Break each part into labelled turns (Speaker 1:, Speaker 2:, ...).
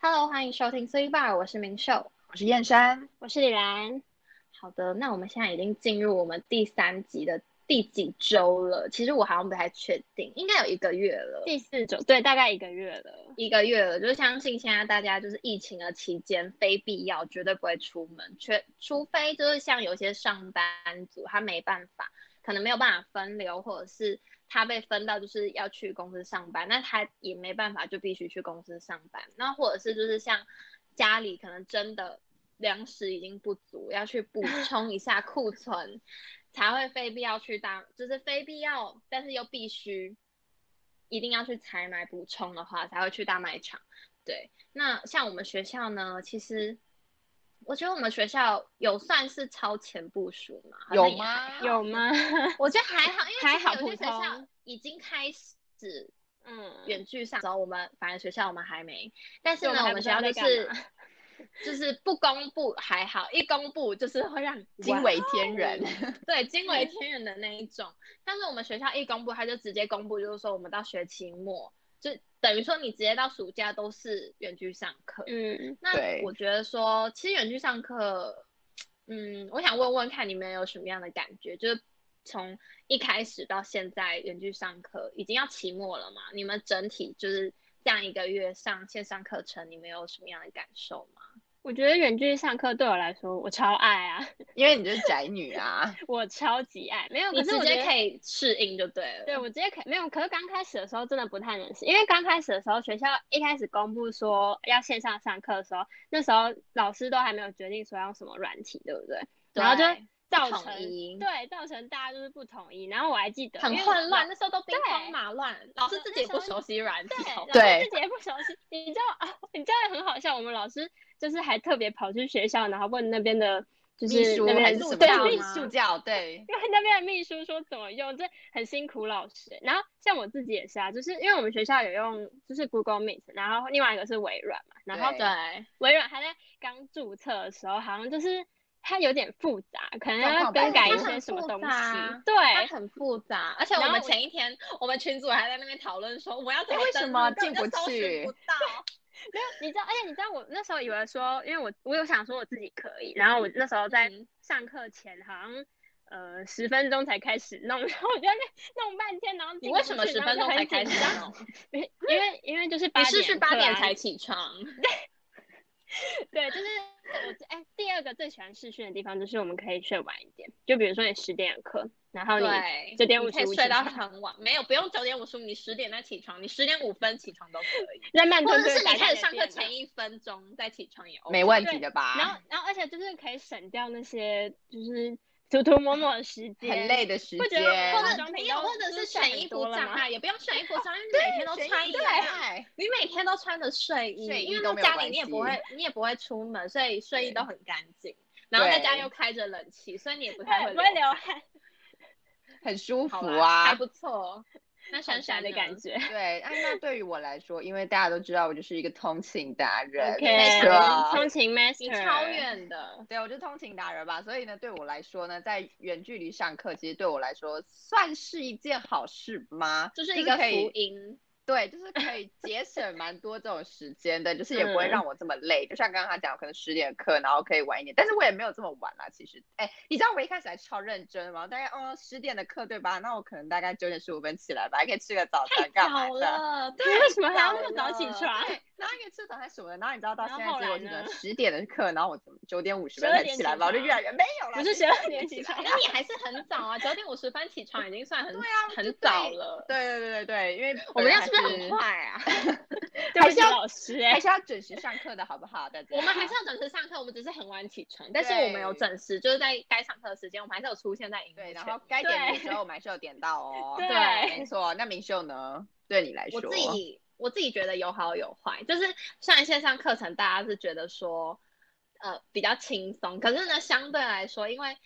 Speaker 1: 欢迎收听 Three Bar，我是明秀，
Speaker 2: 我是燕山。
Speaker 1: 我是李兰。好的，那我们现在已经进入我们第三集的第几周了？其实我好像不太确定，应该有一个月了，
Speaker 3: 第四周，对，大概一个月了。
Speaker 1: 一个月了。就是相信现在大家就是疫情的期间，非必要绝对不会出门，却除非就是像有些上班族，他没办法，可能没有办法分流，或者是他被分到就是要去公司上班，那他也没办法，就必须去公司上班。那或者是就是像家里可能真的粮食已经不足，要去 补充一下库存，才会非必要去当，就是非必要，但是又必须一定要去采买补充的话，才会去大卖场。对，那像我们学校呢，其实。我觉得我们学校有算是超前部署吗？好像
Speaker 2: 有
Speaker 1: 也
Speaker 2: 吗
Speaker 1: 还好
Speaker 3: 有吗？
Speaker 1: 我觉得还好，因为
Speaker 3: 还
Speaker 1: 其实
Speaker 3: 好
Speaker 1: 有些
Speaker 3: 普
Speaker 1: 学校
Speaker 3: 通
Speaker 1: 已经开始
Speaker 3: 嗯，
Speaker 1: 远距上，然后我们反正学校我们还没，但是
Speaker 3: 对我
Speaker 1: 呢，我
Speaker 3: 们还
Speaker 1: 们
Speaker 3: 不
Speaker 1: 学
Speaker 3: 知
Speaker 1: 校
Speaker 3: 道
Speaker 1: 就
Speaker 3: 在干
Speaker 1: 是 就是不公布还好，一公布就是会让你
Speaker 2: 惊
Speaker 1: 哇
Speaker 2: 为 天人，
Speaker 1: 对惊为天人的那一种。但是我们学校一公布，他就直接公布，就是说我们到学期末，就等于说你直接到暑假都是远距上课。
Speaker 3: 嗯，
Speaker 1: 那
Speaker 2: 对
Speaker 1: 我觉得说，其实远距上课，嗯，我想问问看你们有什么样的感觉？就是从一开始到现在远距上课，已经要期末了嘛？你们整体就是这样一个月上线上课程，你们有什么样的感受吗？
Speaker 3: 我觉得远距上课对我来说，我超爱啊，
Speaker 2: 因为你就是宅女啊。
Speaker 3: 我超级爱。没有，
Speaker 1: 你
Speaker 3: 可是
Speaker 1: 直
Speaker 3: 哦我觉
Speaker 1: 接
Speaker 3: 得
Speaker 1: 可以适应就对了。
Speaker 3: 对，我直接可以没有，可是刚开始的时候真的不太能适应，因为刚开始的时候学校一开始公布说要线上上课的时候，那时候老师都还没有决定说要用什么软体，对不对？
Speaker 1: 对
Speaker 3: 然后就造
Speaker 1: 统
Speaker 3: 成
Speaker 1: 一
Speaker 3: 对造成大家就是不统一，然后我还记得
Speaker 1: 很
Speaker 3: 因为
Speaker 1: 混乱，
Speaker 3: 老。
Speaker 1: 那时候都兵荒
Speaker 3: 对
Speaker 1: 马乱，老师自己也不熟悉软体
Speaker 3: 对，
Speaker 1: 好不好，
Speaker 3: 老
Speaker 2: 对
Speaker 3: 师自己也不熟悉，你知道啊？你知道很好笑，我们老师就是还特别跑去学校，然后问那边的，就是
Speaker 2: 秘书
Speaker 3: 那
Speaker 2: 还
Speaker 3: 边
Speaker 2: 是
Speaker 3: 的
Speaker 2: 什么
Speaker 3: 对啊
Speaker 1: 教
Speaker 2: 助
Speaker 3: 秘
Speaker 1: 吗
Speaker 2: 助教？对，
Speaker 3: 因为那边的秘书说怎么用，这很辛苦老师。然后像我自己也是啊，就是因为我们学校有用就是 Google Meet，然后另外一个是微软嘛，然后
Speaker 2: 对
Speaker 1: 对，
Speaker 3: 微软它在刚注册的时候，好像就是它有点复杂，可能
Speaker 2: 状
Speaker 3: 要
Speaker 2: 况
Speaker 3: 更
Speaker 2: 版
Speaker 3: 改
Speaker 2: 本
Speaker 3: 一
Speaker 2: 它
Speaker 3: 些
Speaker 1: 很
Speaker 3: 什么
Speaker 1: 复
Speaker 3: 东
Speaker 1: 杂
Speaker 3: 西。对，
Speaker 1: 它很复杂，而且我
Speaker 3: 然后
Speaker 1: 们
Speaker 3: 我
Speaker 1: 前一天我们群组还在那边讨论说，我们要怎么
Speaker 2: 哎为什
Speaker 1: 登录
Speaker 2: 么
Speaker 1: 根本
Speaker 2: 进
Speaker 1: 就
Speaker 2: 不
Speaker 1: 搜寻
Speaker 2: 去
Speaker 1: 不到，
Speaker 3: 你知道，而且你知道我那时候以为说，因为我我有想说我自己可以，然后我那时候在
Speaker 1: 嗯
Speaker 3: 上课前好像。呃，十分钟才开始弄，然后我就在那边弄半天，然后
Speaker 1: 你
Speaker 3: 进
Speaker 1: 为
Speaker 3: 不
Speaker 1: 什么
Speaker 3: 去
Speaker 1: 十
Speaker 3: 然
Speaker 1: 分
Speaker 3: 后就
Speaker 1: 钟才
Speaker 3: 很
Speaker 1: 开
Speaker 3: 紧
Speaker 1: 始
Speaker 3: 张
Speaker 1: 弄？
Speaker 3: 因为因为因为就是八
Speaker 1: 你
Speaker 3: 点
Speaker 1: 是去八
Speaker 3: 课
Speaker 1: 点
Speaker 3: 啊
Speaker 1: 才起床？
Speaker 3: 对，就是我最哎第二个最喜欢试训的地方就是我们可以睡晚一点，就比如说你十点有课，然后你
Speaker 1: 对，
Speaker 3: 9点
Speaker 1: 你可以
Speaker 3: 55
Speaker 1: 睡
Speaker 3: 起
Speaker 1: 到
Speaker 3: 床
Speaker 1: 很晚，没有不用九点五十五，你十点再起床，你十点五分起床都可 以，
Speaker 3: 在慢
Speaker 1: 或
Speaker 3: 吞
Speaker 1: 者
Speaker 3: 吞
Speaker 1: 是
Speaker 3: 地打
Speaker 1: 你开
Speaker 3: 开
Speaker 1: 始上课前
Speaker 3: 一，
Speaker 1: 一啊分钟再起床也 OK。
Speaker 2: 没问题的吧？
Speaker 3: 然后然后而且就是可以省掉那些就是涂涂抹抹的时间，
Speaker 2: 很累的时
Speaker 3: 不觉
Speaker 2: 间
Speaker 3: 得，
Speaker 1: 或
Speaker 3: 化
Speaker 1: 者
Speaker 3: 妆品
Speaker 1: 没有，
Speaker 3: 都
Speaker 1: 或者
Speaker 3: 就是是
Speaker 1: 选
Speaker 3: 选
Speaker 1: 衣
Speaker 3: 很
Speaker 1: 服
Speaker 3: 多了
Speaker 1: 障
Speaker 3: 吗
Speaker 1: 碍，也不用选衣服障碍，因为你每天都穿一啊样。
Speaker 2: 样。
Speaker 1: 你每天都穿着睡衣，
Speaker 2: 睡衣
Speaker 1: 因为到
Speaker 2: 都没有
Speaker 1: 家里
Speaker 2: 关
Speaker 1: 你也不
Speaker 2: 系
Speaker 1: 会，你也不会出门，所以睡衣都很干净。然后在家
Speaker 2: 对
Speaker 1: 又开着冷气，所以你也不
Speaker 3: 对
Speaker 1: 太会
Speaker 3: 不会
Speaker 1: 流
Speaker 3: 流
Speaker 1: 汗
Speaker 3: 汗，
Speaker 2: 很舒服
Speaker 1: 好啦还
Speaker 2: 啊。
Speaker 1: 不错。那
Speaker 3: 闪
Speaker 1: 闪闪
Speaker 3: 闪的感
Speaker 1: 觉，
Speaker 3: 觉。
Speaker 2: 对，啊，那对于我来说，因为大家都知道我就是一个通勤达人
Speaker 3: OK，
Speaker 2: 是
Speaker 1: 吧
Speaker 3: 通勤
Speaker 1: 啊你
Speaker 3: master，
Speaker 1: 超。远的，
Speaker 2: 对，我就通勤达人吧，所以呢，对我来说呢，在远距离上课，其实对我来说算是一件好事吗？
Speaker 1: 就是
Speaker 2: 是
Speaker 1: 一个
Speaker 2: 可以
Speaker 1: 福音。
Speaker 2: 对，就是可以节省蛮多这种时间的，就是也不会
Speaker 3: 嗯
Speaker 2: 让我这么累。就像刚刚他讲，可能十点课，然后可以晚一点，但是我也没有这么晚啦。其实，哎，你知道我一开始还超认真嘛，大概嗯十点的课对吧？那我可能大概九点十五分起来吧，还可以吃个早餐啊干嘛
Speaker 1: 早
Speaker 2: 的。
Speaker 1: 了，对，
Speaker 3: 为什么还要
Speaker 1: 太
Speaker 3: 那么早起
Speaker 1: 了
Speaker 3: 床？啊
Speaker 2: 对，然后可以吃早餐什么的，然后你知道到
Speaker 3: 然
Speaker 2: 现
Speaker 3: 后
Speaker 2: 在，
Speaker 3: 后来
Speaker 2: 结果就
Speaker 3: 呢
Speaker 2: 可能十点的课，然后我九点五十分
Speaker 3: 12
Speaker 2: 才
Speaker 3: 点
Speaker 2: 起来
Speaker 3: 起
Speaker 2: 吧，我就越来越没有了，
Speaker 3: 不是
Speaker 2: 12
Speaker 3: 12点起
Speaker 2: 来
Speaker 3: 床
Speaker 1: 那你还是很早啊，九点五十分起床已经算很
Speaker 2: 对啊
Speaker 1: 很
Speaker 2: 就
Speaker 1: 早
Speaker 2: 对
Speaker 1: 了。
Speaker 2: 对对对对对，因为
Speaker 1: 我们要
Speaker 2: 还
Speaker 1: 是不是很快啊？
Speaker 3: 对不
Speaker 2: 还是
Speaker 3: 起
Speaker 2: 要
Speaker 3: 老师哎
Speaker 2: 还，是要准时上课的好不好？大家，
Speaker 1: 我们还是要准时上课，我们只是很晚起床，但是我们有
Speaker 2: 对
Speaker 1: 准时，就是在该上课的时间，我们还是有出现在荧幕
Speaker 2: 对，然
Speaker 1: 前
Speaker 2: 后该点名
Speaker 3: 对
Speaker 2: 的时候我们还是有点到 哦。
Speaker 3: 对
Speaker 2: 没错。那明秀呢？对你来说，
Speaker 1: 我自己我自己觉得有好有坏，就是虽然线上课程大家是觉得说，呃，比较轻松，可是呢，相对来说，因为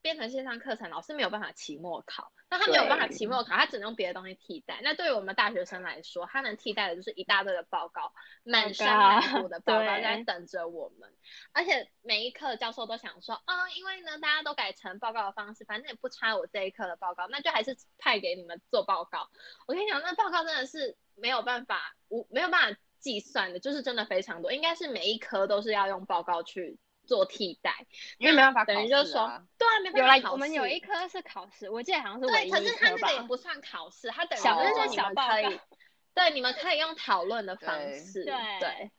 Speaker 1: 变成线上课程，老师没有办法期末考，那他没有办法
Speaker 2: 对
Speaker 1: 期末考，他只能用别的东西替代。那对于我们大学生来说，他能替代的就是一大堆的报告，满山满谷的报告
Speaker 3: 对
Speaker 1: 在等着我们，而且每一课教授都想说，啊、因为呢，大家都改成报告的方式，反正也不差我这一课的报告，那就还是派给你们做报告。我跟你讲，那报告真的是没有办法，无没有办法计算的，就是真的非常多，应该是每一科都是要用报告去做替代，
Speaker 2: 因为没办法考试、啊，
Speaker 1: 等于就是说，对啊，没
Speaker 3: 有
Speaker 1: 办
Speaker 3: 来
Speaker 1: 法考
Speaker 3: 我们有一
Speaker 1: 科
Speaker 3: 科是考试，我记得好像是唯
Speaker 1: 对，
Speaker 3: 一
Speaker 1: 可
Speaker 3: 一
Speaker 1: 是他
Speaker 3: 科
Speaker 1: 那个也
Speaker 3: 吧。
Speaker 1: 不算考试，他等于
Speaker 3: 小
Speaker 1: 就是说
Speaker 2: 小
Speaker 1: 你们
Speaker 3: 报
Speaker 1: 可以
Speaker 3: 告，
Speaker 1: 对，你们可以用讨论的方
Speaker 2: 对
Speaker 1: 式，
Speaker 3: 对
Speaker 1: 对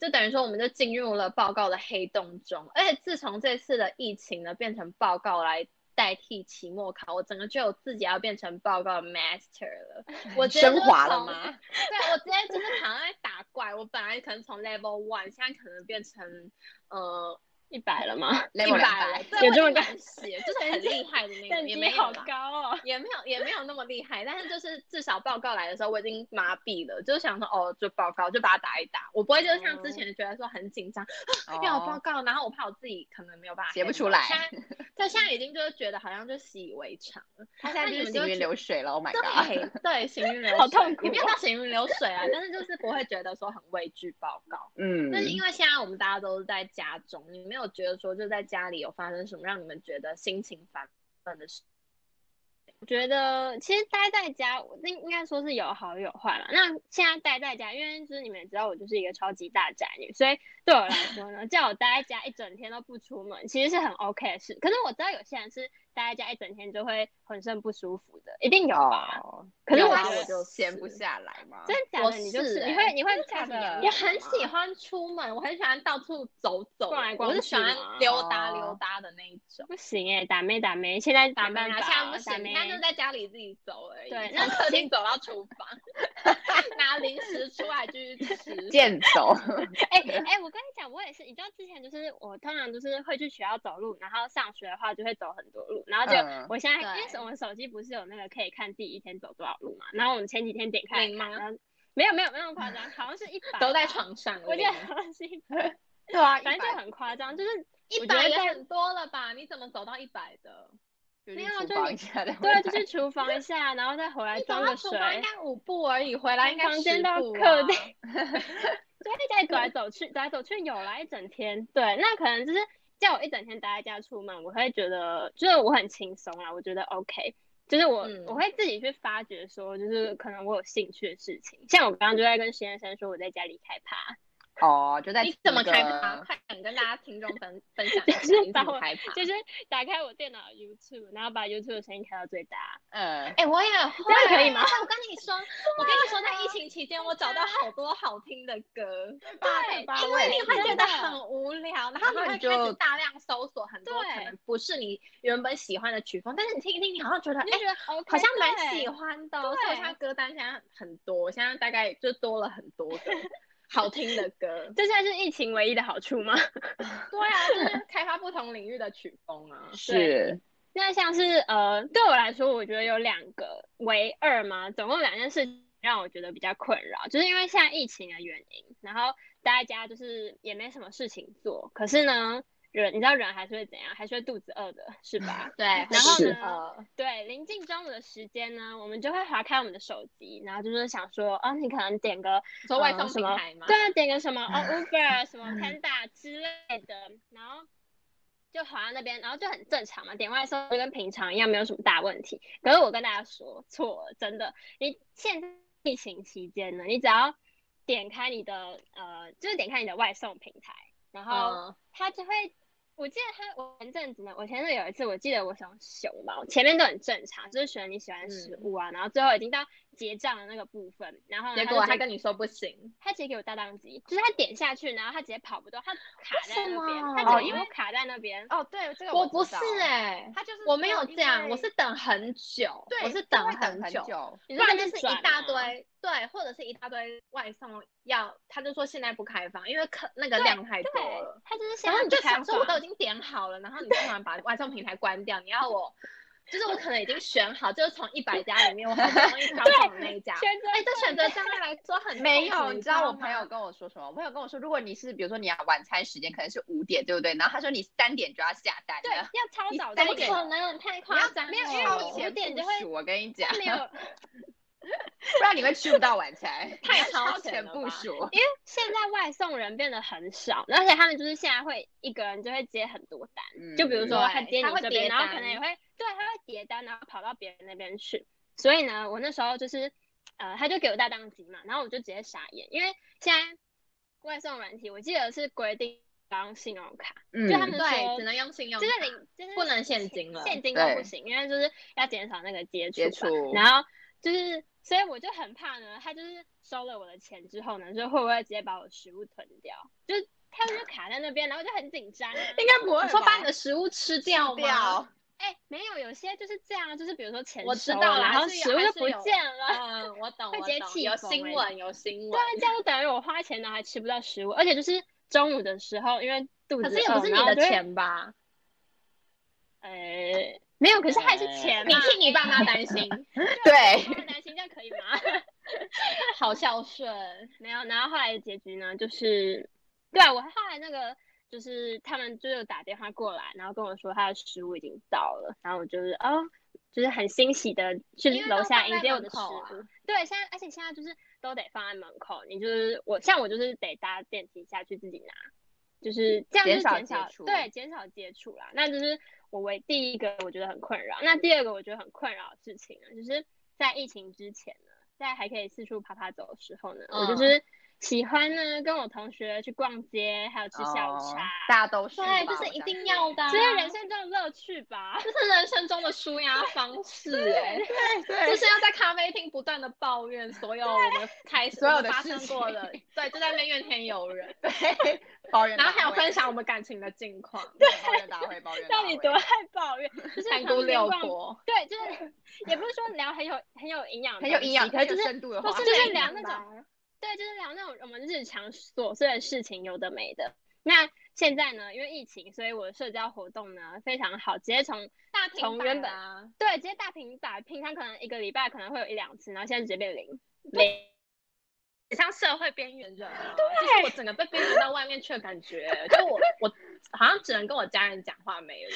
Speaker 1: 就等于说我们就进入了报告的黑洞中，而且自从这次的疫情呢，变成报告来代替期末考，我整个觉得我自己要变成报告 master 了，我直接
Speaker 2: 升
Speaker 1: 就是
Speaker 2: 华了
Speaker 1: 从
Speaker 2: 吗？
Speaker 1: 对我直接就是躺在打怪，我本来可能从 level one，现在可能变成呃
Speaker 3: 一百了吗？
Speaker 1: 一
Speaker 2: level
Speaker 1: 百，
Speaker 2: 200
Speaker 1: 对
Speaker 3: 有这
Speaker 1: 我
Speaker 3: 么高
Speaker 1: 很写，就是很厉害的那
Speaker 3: 等
Speaker 1: 种，也没
Speaker 3: 级
Speaker 1: 有
Speaker 3: 好
Speaker 1: 啦
Speaker 3: 高哦。
Speaker 1: 也没有也没有那么厉害，但是就是至少报告来的时候我已经麻痹了，就是想说哦就报告就把它打一打，我不会就是像之前觉得说很紧张、 啊要有报
Speaker 2: 哦
Speaker 1: 告，然后我怕我自己可能没有办法
Speaker 2: 写不
Speaker 1: handle，
Speaker 2: 出来
Speaker 1: 现 在对现在已经就是觉得好像就习以为常了，
Speaker 2: 他现在就是行云流水了，Oh my god！
Speaker 1: 对对行 云流水，
Speaker 3: 好痛苦
Speaker 1: 也没有
Speaker 3: 哦
Speaker 1: 到行云流水啊，但是就是不会觉得说很畏惧报告。
Speaker 2: 嗯
Speaker 1: 但是因为现在我们大家都是在家中，你没有觉得说就在家里有发生什么让你们觉得心情烦闷的事？
Speaker 3: 我觉得其实待在家，我应应该说是有好有坏了。那现在待在家，因为就是你们也知道我就是一个超级大宅女，所以对我来说呢，叫我待在家一整天都不出门，其实是很 OK 的事。可是我知道有些人是待在家一整天就会浑身不舒服的，一定有吧？
Speaker 2: 哦，
Speaker 3: 可是
Speaker 2: 有
Speaker 3: 我
Speaker 2: 啊
Speaker 3: 觉
Speaker 2: 我
Speaker 3: 得
Speaker 2: 就闲不
Speaker 1: 是
Speaker 2: 下来嘛，
Speaker 3: 真的假
Speaker 1: 我
Speaker 3: 的，你就是是你
Speaker 1: 欸
Speaker 3: 会你会
Speaker 2: 真的假
Speaker 3: 看什么
Speaker 2: 的
Speaker 3: 样
Speaker 1: 也
Speaker 2: 也
Speaker 3: 子
Speaker 1: 很
Speaker 2: 很
Speaker 1: 喜
Speaker 2: 喜
Speaker 1: 欢出门，我很喜欢到处走走，
Speaker 3: 逛来逛
Speaker 1: 我是
Speaker 3: 去
Speaker 1: 喜欢
Speaker 3: 嘛
Speaker 1: 溜达
Speaker 2: 哦
Speaker 1: 溜达的那一种。
Speaker 3: 不行哎、打妹打妹，现在
Speaker 1: 打
Speaker 3: 没
Speaker 1: 妹
Speaker 3: 办
Speaker 1: 啊，现在
Speaker 3: 法，
Speaker 1: 不
Speaker 3: 打
Speaker 1: 行，
Speaker 3: 妹
Speaker 1: 现在就在家里自己走而已。
Speaker 3: 对
Speaker 1: 从
Speaker 3: 那
Speaker 1: 客厅走到厨 房，拿零食出来继续吃。
Speaker 2: 健 走，
Speaker 1: 啊
Speaker 3: 哎哎，我跟你讲，我也是，你知道之前就是我通常就是会去学校走路，然后上学的话就会走很多路，然后就、
Speaker 2: 嗯
Speaker 3: 我现在因为
Speaker 1: 对
Speaker 3: 我们手机不是有那个可以看第一天走多少路嘛，然后我们前几天点开来
Speaker 1: 零
Speaker 3: 看，
Speaker 1: 吗
Speaker 3: 然后没有没有没有那么夸张，好像是一百，
Speaker 1: 都在，床上，
Speaker 3: 我觉得好像是一百，
Speaker 2: 对啊，
Speaker 3: 反正就
Speaker 2: 100
Speaker 3: 很夸张，就是
Speaker 1: 一
Speaker 3: 我觉
Speaker 1: 百
Speaker 3: 得
Speaker 1: 也
Speaker 3: 在
Speaker 1: 很多了吧？你怎么走到一百的？
Speaker 2: 就
Speaker 3: 没
Speaker 2: 去
Speaker 3: 有
Speaker 2: 厨
Speaker 3: 就
Speaker 2: 房
Speaker 3: 你
Speaker 2: 一下的，
Speaker 3: 对啊，就去厨房一下，然后再回来
Speaker 1: 你走
Speaker 3: 装
Speaker 1: 到
Speaker 3: 个
Speaker 1: 厨
Speaker 3: 水，
Speaker 1: 房应该五步而已，回来应该
Speaker 3: 从房间
Speaker 1: 十
Speaker 3: 到
Speaker 1: 步
Speaker 3: 客
Speaker 1: 啊
Speaker 3: 厅所以在走来走去，走来走去有啦一整天。对，那可能就是叫我一整天待在家出门，我会觉得就是我很轻松啦，我觉得 OK。就是我、
Speaker 1: 嗯
Speaker 3: 我会自己去发掘说，就是可能我有兴趣的事情。像我刚刚就在跟实验生说，我在家里开趴，
Speaker 2: 哦，就在
Speaker 1: 你怎么
Speaker 2: 那
Speaker 1: 开
Speaker 2: 个
Speaker 1: 趴？快点跟大家听众分分享一
Speaker 3: 就
Speaker 1: 下，
Speaker 3: 是
Speaker 1: 你
Speaker 3: 把
Speaker 1: 怎么
Speaker 3: 我
Speaker 1: 开趴？
Speaker 3: 就是打开我电脑的 YouTube，然后把 YouTube 的声音开到最大。
Speaker 2: 嗯，
Speaker 1: 哎、我也会，
Speaker 3: 样可以吗
Speaker 1: 哎我跟你 说，我跟你说，在疫情期间，我找到好多好听的歌，
Speaker 2: 对吧
Speaker 1: 因
Speaker 2: 我
Speaker 1: 为
Speaker 2: 也
Speaker 1: 你
Speaker 2: 是
Speaker 1: 会觉得
Speaker 3: 真的
Speaker 1: 很无聊，然后你
Speaker 2: 然后
Speaker 1: 会
Speaker 2: 你
Speaker 1: 开始
Speaker 2: 就
Speaker 1: 大量搜索很多可
Speaker 3: 对
Speaker 1: 能不是你原本喜欢的曲风，但是你听一听，你好像觉得，哎、
Speaker 3: 你就觉得 OK，
Speaker 1: 好像蛮
Speaker 3: 对
Speaker 1: 喜欢的哦，所以我
Speaker 3: 对
Speaker 1: 现在歌单现在很多，现在大概就多了很多 个好听的歌。
Speaker 3: 这算是疫情唯一的好处吗？
Speaker 1: 对啊，就是开发不同领域的曲风啊。
Speaker 2: 是
Speaker 3: 那像是呃，对我来说，我觉得有两个唯二嘛，总共两件事情让我觉得比较困扰，就是因为现在疫情的原因，然后大家就是也没什么事情做，可是呢，人你知道人还是会怎样，还是会肚子饿的，是 吧？
Speaker 1: 对，呃然
Speaker 3: 然后
Speaker 2: 是
Speaker 3: 呢对，临近中午的时间呢，我们就会划开我们的手机，然后就是想说，啊，你可能点个
Speaker 1: 说外
Speaker 3: 嗯
Speaker 1: 送
Speaker 3: 什
Speaker 1: 平
Speaker 3: 么
Speaker 1: 台嘛，
Speaker 3: 对啊，点个什 么哦 Uber 什么 Panda 之类的，然后就滑到那边，然后就很正常嘛，点外送就跟平常一样，没有什么大问题。可是我跟大家说错了，真的，你现在疫情期间呢，你只要点开你的呃，就是点开你的外送平台，然后
Speaker 1: 嗯，
Speaker 3: 它就会。我记得他，我前阵子呢，我前阵子有一次，我记得我想熊猫，前面都很正常，就是选你喜欢的食
Speaker 1: 嗯
Speaker 3: 物啊，然后最后已经到结账的那个部分，然后呢
Speaker 1: 结
Speaker 3: 它就
Speaker 1: 果
Speaker 3: 直接
Speaker 1: 他跟你说不行。
Speaker 3: 他直接给我大宕机，就是他点下去，然后他直接跑不动，他卡在
Speaker 1: 为什
Speaker 3: 那
Speaker 1: 么
Speaker 3: 边，他
Speaker 2: 哦
Speaker 3: 只
Speaker 2: 因
Speaker 3: 因
Speaker 2: 为
Speaker 3: 为卡在那边。
Speaker 2: 哦，对，这个
Speaker 1: 我
Speaker 2: 知
Speaker 1: 不是
Speaker 2: 道，
Speaker 1: 哎、
Speaker 2: 欸他就是
Speaker 1: 我没有
Speaker 2: 说
Speaker 1: 这
Speaker 2: 因
Speaker 1: 样，我
Speaker 2: 为
Speaker 1: 是等很久，
Speaker 2: 对
Speaker 1: 我是
Speaker 2: 就
Speaker 1: 等
Speaker 2: 会
Speaker 1: 很
Speaker 2: 等很
Speaker 1: 久。
Speaker 2: 久，
Speaker 1: 不
Speaker 3: 不然
Speaker 1: 然就
Speaker 3: 就是转
Speaker 1: 一大
Speaker 3: 啊
Speaker 1: 堆，对，或者是一大堆外送要，他就说现在不开放，因为客那个
Speaker 3: 对
Speaker 1: 量太
Speaker 3: 对
Speaker 1: 多了。，
Speaker 3: 他就是现
Speaker 1: 然
Speaker 3: 在
Speaker 1: 后你就
Speaker 3: 不开
Speaker 1: 想说，我
Speaker 3: 放
Speaker 1: 都已经点好了，然后你突然把外送平台关掉，你要我，就是我可能已经选好，就是从一百家里面，我好不容易挑中的那一家。
Speaker 3: 选择
Speaker 1: 哎，这选择障碍来说很
Speaker 2: 没
Speaker 1: 痛苦
Speaker 2: 有，
Speaker 1: 你
Speaker 2: 你知道我
Speaker 1: 吗
Speaker 2: 朋友跟我说什么？我朋友跟我说，如果你是比如说你要晚餐时间可能是五点，对不对？然后他说你三点就要下单
Speaker 3: 对，
Speaker 2: 了，哦
Speaker 3: 要超
Speaker 2: 你
Speaker 3: 早
Speaker 2: 三
Speaker 3: 才
Speaker 1: 不
Speaker 2: 点
Speaker 3: 点，
Speaker 1: 可能，你太
Speaker 2: 你
Speaker 1: 夸
Speaker 2: 要
Speaker 1: 张了，
Speaker 3: 没有因为
Speaker 2: 超
Speaker 3: 我
Speaker 2: 前
Speaker 3: 五点
Speaker 2: 部
Speaker 3: 就会
Speaker 2: 署我跟你讲
Speaker 3: 他，没有。
Speaker 2: 不然你会吃不到晚餐，你
Speaker 1: 太
Speaker 2: 要
Speaker 1: 超
Speaker 2: 超
Speaker 1: 前
Speaker 2: 前
Speaker 1: 了
Speaker 2: 部
Speaker 1: 吧
Speaker 2: 署。
Speaker 3: 因为现在外送人变得很少，而且他们就是现在会一个人就会接很多单，就比如说
Speaker 1: 嗯
Speaker 3: 他
Speaker 1: 对
Speaker 3: 接
Speaker 1: 他
Speaker 3: 你
Speaker 1: 会
Speaker 3: 这
Speaker 1: 叠
Speaker 3: 边，然后可
Speaker 1: 单
Speaker 3: 能也会对，他会叠单，然后跑到别人那边去。所以呢，我那时候就是呃，他就给我大当机嘛，然后我就直接傻眼，因为现在外送软体我记得是规定要用信用卡，
Speaker 2: 嗯
Speaker 3: 就他
Speaker 1: 对，
Speaker 3: 们说
Speaker 1: 只能用信用
Speaker 3: 就
Speaker 1: 卡，
Speaker 3: 是零就是
Speaker 1: 不能现金了
Speaker 3: 现金都不
Speaker 2: 对
Speaker 3: 行，因为就是要减少那个接触
Speaker 2: 接
Speaker 3: 吧
Speaker 2: 触
Speaker 3: 然后就是，所以我就很怕呢，他就是收了我的钱之后呢，就会不会直接把我食物吞掉？就是他们就卡在那边，然后就很紧张啊、
Speaker 2: 应该不会
Speaker 1: 你说
Speaker 2: 吧
Speaker 1: 把你的食物吃掉
Speaker 2: 吃
Speaker 1: 吗
Speaker 2: 掉？
Speaker 3: 哎、没有，有些就是这样，啊就是比如说钱
Speaker 1: 我知
Speaker 3: 收了
Speaker 1: 道啦
Speaker 3: 然后
Speaker 1: 还是有
Speaker 3: 食物
Speaker 1: 还
Speaker 3: 就是不
Speaker 1: 有
Speaker 3: 见了。
Speaker 1: 嗯，我懂，
Speaker 3: 会
Speaker 1: 我
Speaker 3: 直接
Speaker 1: 懂
Speaker 3: 气
Speaker 1: 有
Speaker 3: 疯
Speaker 1: 新
Speaker 3: 欸
Speaker 1: 闻，有新
Speaker 3: 对
Speaker 1: 闻。，
Speaker 3: 这样就等于我花钱然后还吃不到食物，而且就是中午的时候，因为肚
Speaker 1: 可
Speaker 3: 子饿，
Speaker 1: 是也不是你
Speaker 3: 哦然后
Speaker 1: 的
Speaker 3: 就会，
Speaker 1: 钱吧？
Speaker 3: 哎、没有，可是还是
Speaker 2: 哎
Speaker 1: 呃
Speaker 3: 钱啊
Speaker 1: 你
Speaker 3: 嘛，
Speaker 1: 替你爸妈担心，
Speaker 2: 对，
Speaker 3: 我很担哎心这样可以吗？
Speaker 1: 好孝顺。
Speaker 3: 没有，然后后来的结局呢，就是对啊我后来那个就是他们就有打电话过来，然后跟我说他的食物已经到了，然后我就是哦，就是很欣喜的去
Speaker 1: 因为
Speaker 3: 楼
Speaker 1: 都
Speaker 3: 下
Speaker 1: 放在
Speaker 3: 迎接我的
Speaker 1: 门
Speaker 3: 食
Speaker 1: 口
Speaker 3: 物。
Speaker 1: 啊
Speaker 3: 对，现在而且现在就是都得放在门口，你就是我像我就是得搭电梯下去自己拿，就是这样就是
Speaker 2: 嗯减少
Speaker 3: 减少
Speaker 2: 接触
Speaker 3: 对减少接触啦。那就是我为第一个我觉得很困扰，那第二个我觉得很困扰的事情呢，就是在疫情之前呢，在还可以四处爬爬走的时候呢，我就
Speaker 1: 嗯
Speaker 3: 是喜欢呢跟我同学去逛街，还有吃下午
Speaker 2: 哦
Speaker 3: 茶，
Speaker 2: 大家都是吧，
Speaker 1: 对，这
Speaker 2: 我
Speaker 1: 是一
Speaker 2: 相
Speaker 1: 定
Speaker 2: 信
Speaker 1: 要的、啊，
Speaker 3: 这是人生中的乐趣吧。
Speaker 1: 这是人生中的舒压方式、哎，
Speaker 2: 对
Speaker 1: 就
Speaker 2: 对，
Speaker 1: 是要在咖啡厅不断的抱怨所有我们开
Speaker 2: 所有的
Speaker 1: 发
Speaker 2: 事
Speaker 1: 生
Speaker 2: 情
Speaker 1: 过的，对，就在那边怨天尤人，
Speaker 2: 对，抱怨
Speaker 1: 然后
Speaker 2: 大会，
Speaker 1: 还有分享我们感情的近况，
Speaker 2: 对抱怨大会，抱怨大
Speaker 3: 到底
Speaker 2: 会，
Speaker 3: 多爱抱 怨，就是
Speaker 1: 三
Speaker 3: 旁
Speaker 1: 姑
Speaker 3: 边
Speaker 1: 六
Speaker 3: 逛
Speaker 1: 婆，
Speaker 3: 对，就是也不是说聊很有很有营养的东
Speaker 2: 很
Speaker 3: 西，
Speaker 2: 有营养，
Speaker 3: 可是
Speaker 2: 很
Speaker 3: 就
Speaker 2: 有
Speaker 3: 是
Speaker 2: 深度的
Speaker 3: 都
Speaker 2: 话
Speaker 3: 是
Speaker 2: 题，
Speaker 3: 就是
Speaker 1: 聊
Speaker 3: 聊那种，对，就是聊那种我们日常琐碎的事情，有的没的。那现在呢，因为疫情，所以我的社交活动呢非常好，直接从
Speaker 1: 大平
Speaker 3: 从
Speaker 1: 板
Speaker 3: 原本
Speaker 1: 啊，
Speaker 3: 对直接大平打平常可能一个礼拜可能会有一两次，然后现在直接变零零。
Speaker 1: 很像社会边缘人啊，就是我整个被边缘到外面去的感觉，就我我好像只能跟我家人讲话没了。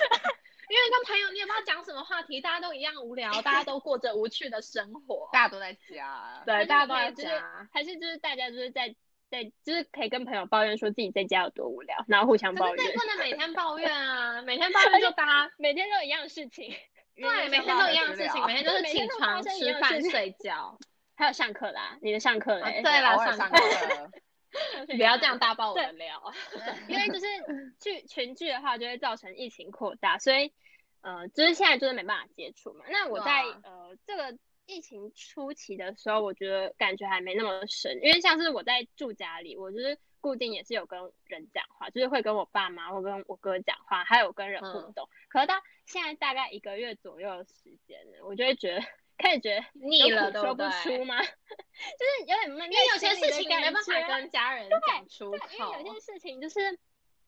Speaker 1: 因为跟朋友你也不知道讲什么话题，大家都一样无聊，大家都过着无趣的生活。
Speaker 2: 大家都在家，
Speaker 1: 对，大家都在
Speaker 3: 就是
Speaker 1: 家。
Speaker 3: 还是就是大家就是在在就是可以跟朋友抱怨说自己在家有多无聊，然后互相抱
Speaker 1: 可是
Speaker 3: 怨
Speaker 1: 你，不能每天抱怨啊， 每天抱怨就大家
Speaker 3: 每天都有一样的事情，
Speaker 1: 对，每天都一样的事情，每天都是起床、吃饭、睡觉。
Speaker 3: 还有上课啦，你的上课嘞、
Speaker 1: 啊对啦
Speaker 2: 偶尔
Speaker 1: 上
Speaker 2: 上
Speaker 1: 课
Speaker 2: 课，
Speaker 1: 不要这样大爆我
Speaker 3: 对
Speaker 1: 的料。
Speaker 3: 因为就是聚群聚的话，就会造成疫情扩大，所以呃，就是现在就是没办法接触嘛。那我
Speaker 1: 对
Speaker 3: 在
Speaker 1: 啊
Speaker 3: 呃这个疫情初期的时候，我觉得感觉还没那么深，因为像是我在住家里，我就是固定也是有跟人讲话，就是会跟我爸妈或跟我哥讲话，还有跟人互
Speaker 1: 嗯
Speaker 3: 动。可是到现在大概一个月左右的时间呢，我就会觉得开始觉得有
Speaker 1: 腻了
Speaker 3: 苦
Speaker 1: 对
Speaker 3: 说
Speaker 1: 不
Speaker 3: 不出
Speaker 1: 对？
Speaker 3: 吗？ 就是有点闷在心
Speaker 1: 因
Speaker 3: 里的感觉，啊
Speaker 1: 为有些事情你没办法跟家人讲出
Speaker 3: 对，因为有
Speaker 1: 口，
Speaker 3: 些事情就是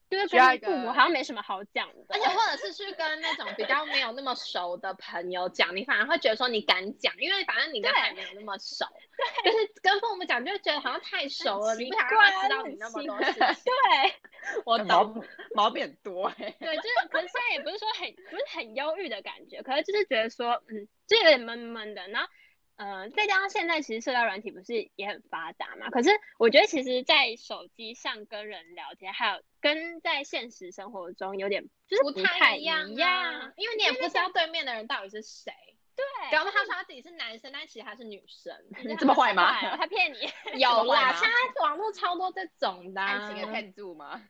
Speaker 3: 就是
Speaker 2: 需要
Speaker 3: 跟
Speaker 2: 一
Speaker 3: 父母
Speaker 2: 个
Speaker 3: 好像没什么好讲的，
Speaker 1: 而且或者是去跟那种比较没有那么熟的朋友讲，你反而会觉得说你敢讲，因为反正你跟他也没有那么熟，就是跟父母讲就觉得好像太熟了，
Speaker 3: 很奇
Speaker 1: 你不想让他
Speaker 3: 怪
Speaker 1: 知道
Speaker 3: 很
Speaker 1: 你那么
Speaker 3: 奇
Speaker 1: 多事
Speaker 3: 怪
Speaker 1: 情。
Speaker 3: 对哦
Speaker 1: 我
Speaker 2: 毛
Speaker 1: 懂，
Speaker 2: 毛病很多 哎，
Speaker 3: 对，就是可是现在也不是说很不是很忧郁的感觉，可是就是觉得说嗯，就有点闷闷的，然后。呃，再加上现在其实社交软体不是也很发达嘛，可是我觉得其实，在手机上跟人聊天，还有跟在现实生活中有点就是
Speaker 1: 不
Speaker 3: 太
Speaker 1: 太一样
Speaker 3: 一
Speaker 1: 啊
Speaker 3: 样，
Speaker 1: 因为你也不知道对面的人到底是谁。
Speaker 3: 对，
Speaker 1: 然后他说他自己是男生，但其实他是女生。
Speaker 3: 你
Speaker 2: 这么坏吗
Speaker 3: 他骗你，
Speaker 1: 有啦，
Speaker 2: 吗
Speaker 1: 现在网络超多这种的、
Speaker 2: 爱情也
Speaker 1: 啊，
Speaker 2: 骗住吗？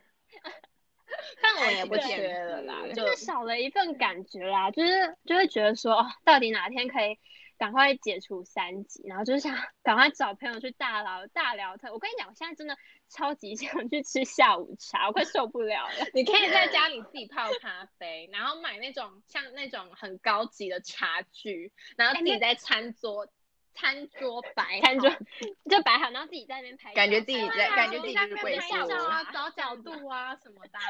Speaker 1: 但我也不
Speaker 2: 爱情
Speaker 1: 缺
Speaker 2: 的
Speaker 1: 了啦，
Speaker 2: 骗子
Speaker 1: 就
Speaker 3: 就是少了一份感觉啦，就是就会觉得说，哦，到底哪天可以赶快解除三级，然后就是想赶快找朋友去大聊大聊特。我跟你讲，我现在真的超级想去吃下午茶，我快受不了 了。
Speaker 1: 你可以在家里自己泡咖啡，然后买那种像那种很高级的茶具，然后自己在餐桌、餐桌摆好
Speaker 3: 哎餐桌就摆好，然后自己在那边拍照，
Speaker 2: 感觉自己
Speaker 1: 对
Speaker 2: 在
Speaker 1: 啊
Speaker 2: 感觉自己
Speaker 1: 在
Speaker 2: 就是
Speaker 1: 那
Speaker 2: 鬼
Speaker 1: 边拍
Speaker 2: 畜
Speaker 1: 照啊，
Speaker 3: 啊
Speaker 1: 找 角 度啊什么的啊、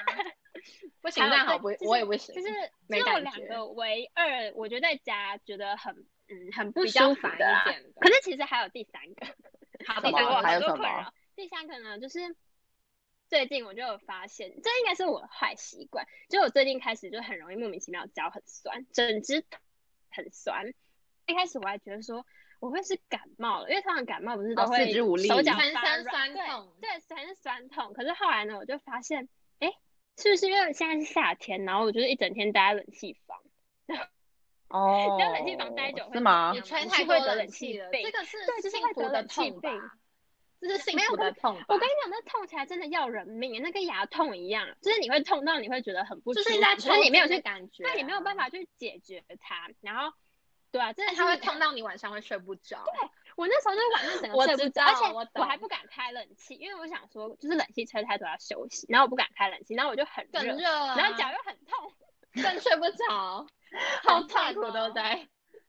Speaker 1: 不行，
Speaker 3: 还有
Speaker 1: 那好
Speaker 3: 对
Speaker 1: 不，
Speaker 3: 就是
Speaker 1: 我也不行，
Speaker 3: 就是
Speaker 1: 没
Speaker 3: 只有
Speaker 1: 感
Speaker 3: 两
Speaker 1: 觉
Speaker 3: 个唯二，我觉得在家觉得很嗯很不
Speaker 1: 比较
Speaker 3: 舒服
Speaker 1: 烦
Speaker 3: 的啊
Speaker 1: 一点 的。
Speaker 3: 可是其实还有第三个，
Speaker 1: 好
Speaker 2: 什
Speaker 3: 第
Speaker 1: 第
Speaker 2: 么
Speaker 3: 三
Speaker 1: 三
Speaker 3: 个
Speaker 1: 个
Speaker 2: 还
Speaker 3: 很
Speaker 2: 有
Speaker 3: 多困
Speaker 2: 什么
Speaker 3: 扰。第三个呢，就是最近我就有发现，这应该是我的坏习惯，就我最近开始就很容易莫名其妙脚很酸，整只腿很酸。一开始我还觉得说我会是感冒了，因为通常感冒不是都
Speaker 2: 哦
Speaker 3: 会
Speaker 2: 四肢无力
Speaker 3: 手脚
Speaker 1: 全
Speaker 3: 发
Speaker 1: 身
Speaker 3: 软
Speaker 1: 酸
Speaker 3: 对
Speaker 1: 痛
Speaker 3: 对，全身酸痛。可是后来呢，我就发现，哎，是不是因为现在是夏天，然后我就是一整天待在冷气房，
Speaker 2: 哦，
Speaker 3: 这样冷气房待久会
Speaker 2: 是吗
Speaker 1: 你
Speaker 3: 怎？么
Speaker 1: 吹
Speaker 3: 样
Speaker 1: 太
Speaker 3: 你是会
Speaker 1: 多
Speaker 3: 得
Speaker 1: 冷
Speaker 3: 冷
Speaker 1: 气
Speaker 3: 气
Speaker 1: 了，
Speaker 3: 病
Speaker 1: 这个是
Speaker 3: 对就是
Speaker 1: 幸
Speaker 3: 会
Speaker 1: 福
Speaker 3: 得
Speaker 1: 的
Speaker 3: 冷气
Speaker 1: 痛吧
Speaker 3: 病？
Speaker 1: 这是幸
Speaker 3: 没有
Speaker 1: 福的痛吧？
Speaker 3: 我跟你讲，那痛起来真的要人命，那跟牙痛一样，就是你会痛到你会觉得很不舒
Speaker 1: 就
Speaker 3: 服，
Speaker 1: 是在
Speaker 3: 可是你没有
Speaker 1: 抽筋
Speaker 3: 去啊
Speaker 1: 的感觉、啊
Speaker 3: 那你没有办，法去解决它，然后，对啊，真的
Speaker 1: 但它会
Speaker 3: 是
Speaker 1: 痛。到你晚上会睡不着。
Speaker 3: 我那时候就是晚 上整
Speaker 1: 我
Speaker 3: 个睡
Speaker 1: 知
Speaker 3: 不着，而
Speaker 1: 道我
Speaker 3: 且我还
Speaker 1: 懂
Speaker 3: 不敢开冷气，因为我想说就是冷气吹太多要休息，然后我不敢开冷气，然后我就很热，
Speaker 1: 更热、啊，
Speaker 3: 然后脚又很痛，
Speaker 1: 更睡不 着，好
Speaker 3: 很
Speaker 1: 痛苦，
Speaker 3: 痛
Speaker 1: 对
Speaker 3: 哦
Speaker 1: 不对？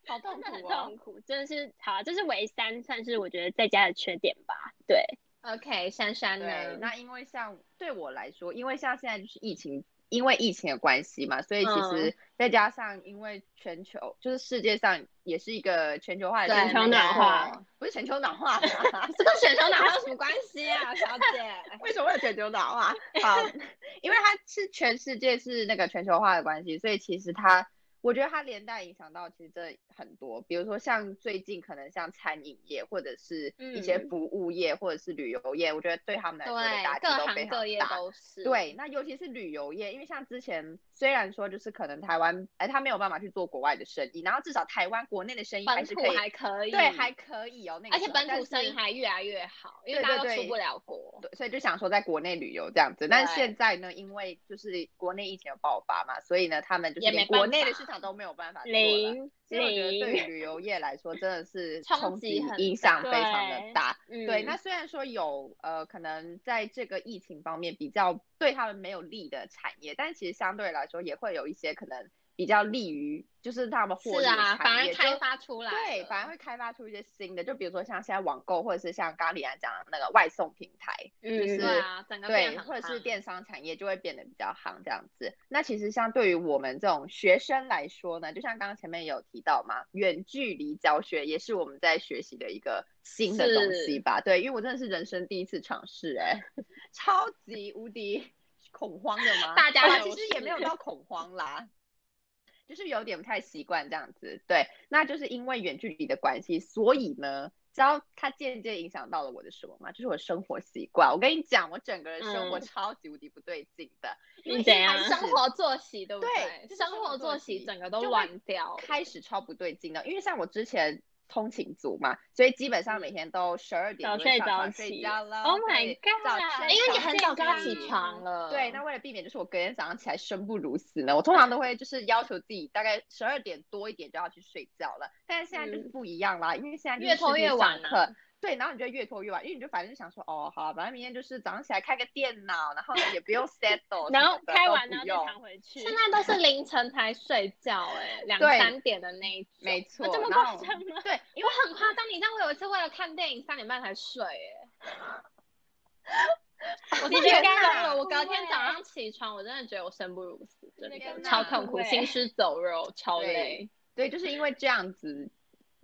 Speaker 1: 好痛
Speaker 3: 真的很
Speaker 1: 苦哦。
Speaker 3: 痛苦，真的是好啊，这是唯三算是我觉得在家的缺点吧。对，
Speaker 1: OK，珊珊
Speaker 2: 对
Speaker 1: 呢，？
Speaker 2: 那因为像对我来说，因为像现在就是疫情，因为疫情的关系嘛，所以其实再加上因为全球就是世界上也是一个全球化的
Speaker 1: 对
Speaker 2: 现
Speaker 3: 全球
Speaker 2: 象
Speaker 3: 暖化
Speaker 1: 没错，
Speaker 2: 不是全球暖化，
Speaker 1: 这跟选手哪有什么关系啊，小姐？
Speaker 2: 为什么会有全球暖化？好， 因为它是全世界是那个全球化的关系，所以其实它，我觉得它连带影响到其实这很多，比如说像最近可能像餐饮业或者是一些
Speaker 3: 嗯
Speaker 2: 服务业、或者是旅游业，哎我觉得对他们来说的打
Speaker 1: 对，
Speaker 2: 击
Speaker 1: 各
Speaker 2: 都非
Speaker 1: 行
Speaker 2: 常
Speaker 1: 各业
Speaker 2: 大。
Speaker 1: 都是。
Speaker 2: 对，那尤其是旅游业，因为像之前虽然说就是可能台湾，哎，他没有办法去做国外的生意，然后至少台湾国内的生意还
Speaker 1: 本
Speaker 2: 是
Speaker 1: 土
Speaker 2: 可以，
Speaker 1: 还可以，
Speaker 2: 对，还可以哦，那个
Speaker 1: 而且
Speaker 2: 时候
Speaker 1: 本
Speaker 2: 但
Speaker 1: 土生意
Speaker 2: 是
Speaker 1: 还越来越好，因为
Speaker 2: 对
Speaker 1: 大家
Speaker 2: 对
Speaker 1: 都
Speaker 2: 对
Speaker 1: 出不了国。
Speaker 2: 对，所以就想说在国内旅游这样子。但
Speaker 1: 对
Speaker 2: 现在呢，因为就是国内疫情的爆发嘛，所以呢，他们就是
Speaker 1: 也没
Speaker 2: 连国
Speaker 1: 办
Speaker 2: 内的
Speaker 1: 法
Speaker 2: 市场都没有办法做了。
Speaker 3: 零
Speaker 2: 所以我觉得对于
Speaker 3: 零，
Speaker 2: 旅游业来说，真的是
Speaker 1: 冲
Speaker 2: 冲
Speaker 1: 击
Speaker 2: 击
Speaker 1: 很
Speaker 2: 影
Speaker 1: 大
Speaker 2: 响非常的
Speaker 3: 对
Speaker 2: 大。
Speaker 3: 嗯
Speaker 2: 对，那虽然说有呃，可能在这个疫情方面比较对他们没有利的产业，但其实相对来说也会有一些可能比较利于，就是他们获利
Speaker 1: 是
Speaker 2: 的
Speaker 1: 啊，反
Speaker 2: 产
Speaker 1: 而
Speaker 2: 业，
Speaker 1: 开
Speaker 2: 就
Speaker 1: 发出来了，
Speaker 2: 对，反而会开发出一些新的，就比如说像现在网购，或者是像咖喱安讲的那个外送平台，
Speaker 3: 嗯
Speaker 2: 是
Speaker 1: 对啊，整个
Speaker 2: 对，
Speaker 1: 变很
Speaker 2: 或者是
Speaker 1: 夯
Speaker 2: 电商产业就会变得比较夯这样子。那其实像对于我们这种学生来说呢，就像刚刚前面有提到嘛，远距离教学也是我们在学习的一个新的东西吧。对，因为我真的是人生第一次尝试、哎， 超级无敌恐慌的吗？
Speaker 1: 大家
Speaker 2: 好啦
Speaker 1: 都
Speaker 2: 其实也
Speaker 1: 是
Speaker 2: 没有到恐慌啦。就是有点不太习惯这样子，对，那就是因为远距离的关系，所以呢，知道它间接影响到了我的什么吗？就是我的生活习惯。我跟你讲，我整个人生活
Speaker 3: 嗯
Speaker 2: 超级无敌不对劲的，因为
Speaker 3: 你
Speaker 2: 一
Speaker 3: 怎
Speaker 2: 开
Speaker 3: 样
Speaker 2: 始
Speaker 1: 生活作息对不
Speaker 2: 啊对就是
Speaker 1: 生
Speaker 2: 生
Speaker 1: 活
Speaker 2: 活
Speaker 1: 作
Speaker 2: 作
Speaker 1: 息
Speaker 2: 息
Speaker 1: 整个都
Speaker 2: 就会
Speaker 1: 乱掉了，
Speaker 2: 开始超不对劲的，因为像我之前通勤族嘛，所以基本上每天都十二点
Speaker 3: 嗯早
Speaker 2: 就
Speaker 3: 睡
Speaker 2: 会上
Speaker 3: 早
Speaker 2: 床睡
Speaker 3: 起
Speaker 2: 觉了。
Speaker 3: Oh my
Speaker 2: 对早
Speaker 3: god，
Speaker 2: 睡
Speaker 1: 因为你
Speaker 2: 早
Speaker 1: 很
Speaker 2: 起
Speaker 1: 早就要
Speaker 3: 起
Speaker 1: 起床了。
Speaker 2: 对，那为了避免就是我隔天早上起来生不如死呢，我通常都会就是要求自己大概十二点多一点就要去睡觉了。但是现在就是不一样啦，因为现在就是
Speaker 1: 嗯越拖
Speaker 2: 视频
Speaker 1: 越
Speaker 2: 上
Speaker 1: 晚
Speaker 2: 课
Speaker 1: 啊
Speaker 2: 对，然后你就越拖越晚，因为你就反正就想说哦好，反正明天就是早上起来开个电脑，然后呢也不用 settle，什
Speaker 3: 然
Speaker 2: 么
Speaker 3: 后
Speaker 2: 的
Speaker 3: 开
Speaker 2: 都
Speaker 3: 完
Speaker 2: 不
Speaker 3: 然后再
Speaker 2: 用
Speaker 3: 躺回去，
Speaker 1: 现在都 是凌晨才睡觉，哎，两
Speaker 2: 对
Speaker 1: 三点的那一种。
Speaker 2: 没
Speaker 3: 啊
Speaker 2: 错，
Speaker 3: 这么
Speaker 2: 然
Speaker 3: 夸
Speaker 2: 后
Speaker 3: 张吗？
Speaker 2: 对，因
Speaker 1: 我
Speaker 2: 为
Speaker 1: 很夸张，你知道我有一次为了看电影三点半才睡，哎， 我
Speaker 2: 你
Speaker 1: 真的
Speaker 2: 觉得
Speaker 1: 该疯
Speaker 2: 哪
Speaker 1: 了。我隔
Speaker 3: 会
Speaker 1: 天早上起床，我真的觉得我生不如死，真
Speaker 3: 天
Speaker 1: 的
Speaker 2: 哪
Speaker 1: 超痛苦，
Speaker 3: 对
Speaker 1: 行尸走肉，超
Speaker 2: 对
Speaker 1: 累。
Speaker 2: 对，就是因为这样子。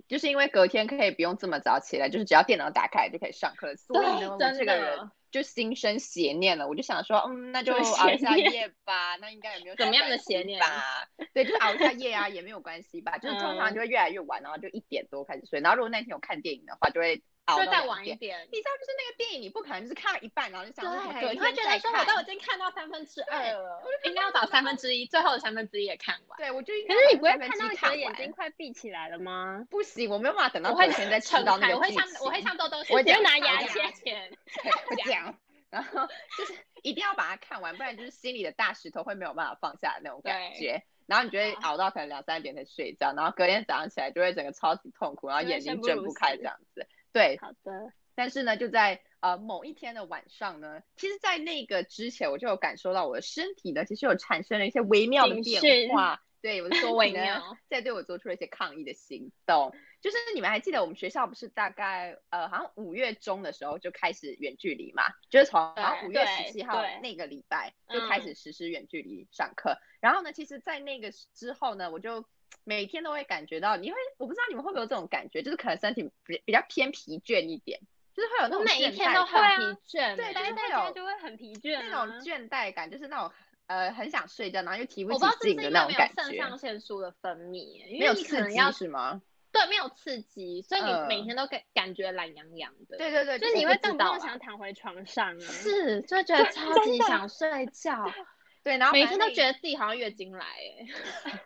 Speaker 2: 就是因为隔天可以不用这么早起来，就是只要电脑打开就可以上课，所以
Speaker 1: 对
Speaker 2: 呢，我
Speaker 1: 真
Speaker 2: 这个
Speaker 1: 的
Speaker 2: 人就心生邪念了，我就想说，嗯，那就
Speaker 3: 什么
Speaker 2: 熬一
Speaker 3: 邪
Speaker 2: 下
Speaker 3: 念
Speaker 2: 夜吧，那应该也没有
Speaker 1: 怎
Speaker 2: 什
Speaker 1: 么样的
Speaker 2: 关
Speaker 1: 邪
Speaker 2: 系
Speaker 1: 念
Speaker 2: 吧？对，就是熬一下夜啊，也没有关系吧。就是通常
Speaker 3: 嗯
Speaker 2: 就会越来越晚，然后就一点多开始睡，然后如果那天有看电影的话，就会熬
Speaker 1: 就
Speaker 2: 到
Speaker 1: 再
Speaker 2: 两
Speaker 1: 晚一
Speaker 2: 点。
Speaker 1: 点。
Speaker 2: 你知道，就是那个电影，你不可能就是看到一半，然后就想说什么
Speaker 1: 对，
Speaker 2: 隔
Speaker 1: 你会
Speaker 2: 天
Speaker 1: 觉
Speaker 2: 再
Speaker 1: 得说我
Speaker 2: 看。
Speaker 1: 都已经看到三分之二了，应该要把三分之一，最后的三分之一也看完。
Speaker 2: 对，我就应
Speaker 3: 可是
Speaker 2: 该把
Speaker 3: 你不会
Speaker 2: 三分
Speaker 3: 看
Speaker 2: 之一
Speaker 3: 到你的眼
Speaker 2: 看完
Speaker 3: 睛快闭起来了吗？
Speaker 2: 不行，我没有办法等到
Speaker 1: 我
Speaker 2: 隔
Speaker 1: 会
Speaker 2: 天再吃
Speaker 1: 撑
Speaker 2: 到那
Speaker 1: 开
Speaker 2: 个
Speaker 1: 我会
Speaker 2: 剧
Speaker 1: 像我会
Speaker 2: 情
Speaker 1: 像豆豆去
Speaker 2: 我
Speaker 1: 讲，
Speaker 2: 讲
Speaker 3: 我
Speaker 1: 牙
Speaker 3: 讲
Speaker 1: 签。
Speaker 2: 我
Speaker 1: 这样
Speaker 2: 讲，然后就是一定要把它看完，不然就是心里的大石头会没有办法放下的那种感
Speaker 1: 对
Speaker 2: 觉。然后你就会熬到可能两三点才睡觉，然后隔天早上起来就会整个超级痛苦，然后
Speaker 3: 就会
Speaker 2: 眼睛
Speaker 3: 生不
Speaker 2: 睁
Speaker 3: 如
Speaker 2: 不开
Speaker 3: 死
Speaker 2: 这样子。对，
Speaker 3: 好的，
Speaker 2: 但是呢，就在呃某一天的晚上呢，其实，在那个之前我就有感受到我的身体呢，其实有产生了一些微妙的
Speaker 3: 警
Speaker 2: 变
Speaker 3: 讯
Speaker 2: 化。对，我的身
Speaker 1: 多微
Speaker 2: 体呢
Speaker 1: 妙，
Speaker 2: 在对我做出了一些抗议的行动。就是你们还记得我们学校不是大概呃，好像五月中的时候就开始远距离嘛，就是从好像
Speaker 1: 对
Speaker 2: 五月
Speaker 3: 对
Speaker 2: 十七号
Speaker 3: 对
Speaker 2: 那个礼拜就开
Speaker 3: 嗯
Speaker 2: 始实施远距离上课。然后呢，其实，在那个之后呢，我就每天都会感觉到，你会我不知道你们会不会有这种感觉，就是可能身体比比较偏疲倦一点，就是会有那
Speaker 1: 我
Speaker 2: 种
Speaker 1: 每一
Speaker 2: 倦
Speaker 1: 天
Speaker 2: 怠
Speaker 1: 都啊嗯很
Speaker 2: 感
Speaker 1: 疲倦，
Speaker 2: 对
Speaker 1: 但
Speaker 2: 就是
Speaker 3: 待
Speaker 1: 是
Speaker 3: 在
Speaker 2: 会
Speaker 3: 家
Speaker 2: 有
Speaker 3: 就会很疲倦、啊
Speaker 2: 那种倦怠感，就是那种呃很想睡觉，然后又提不
Speaker 1: 我
Speaker 2: 起
Speaker 1: 不知道是不是
Speaker 2: 劲
Speaker 1: 因
Speaker 2: 的
Speaker 1: 为
Speaker 2: 那
Speaker 1: 没
Speaker 2: 种
Speaker 1: 有
Speaker 2: 感
Speaker 1: 肾
Speaker 2: 觉
Speaker 1: 上，腺素的分泌，因
Speaker 2: 没
Speaker 1: 为
Speaker 2: 有
Speaker 1: 你可
Speaker 2: 刺
Speaker 1: 能
Speaker 2: 激
Speaker 1: 要
Speaker 2: 是吗？
Speaker 1: 对没有刺激，所以你每
Speaker 2: 嗯
Speaker 1: 天都感感觉懒洋洋的。嗯
Speaker 2: 对对对，
Speaker 3: 就是你
Speaker 2: 我
Speaker 3: 会
Speaker 2: 不知
Speaker 3: 动不
Speaker 2: 道啊
Speaker 3: 动
Speaker 2: 啦
Speaker 3: 想躺回床上、啊。
Speaker 1: 是，就会觉得超级
Speaker 3: 真的
Speaker 1: 想睡觉，
Speaker 2: 对，然后
Speaker 1: 每天
Speaker 2: 反正
Speaker 1: 都
Speaker 2: 那
Speaker 1: 觉得自己好像月经来哎、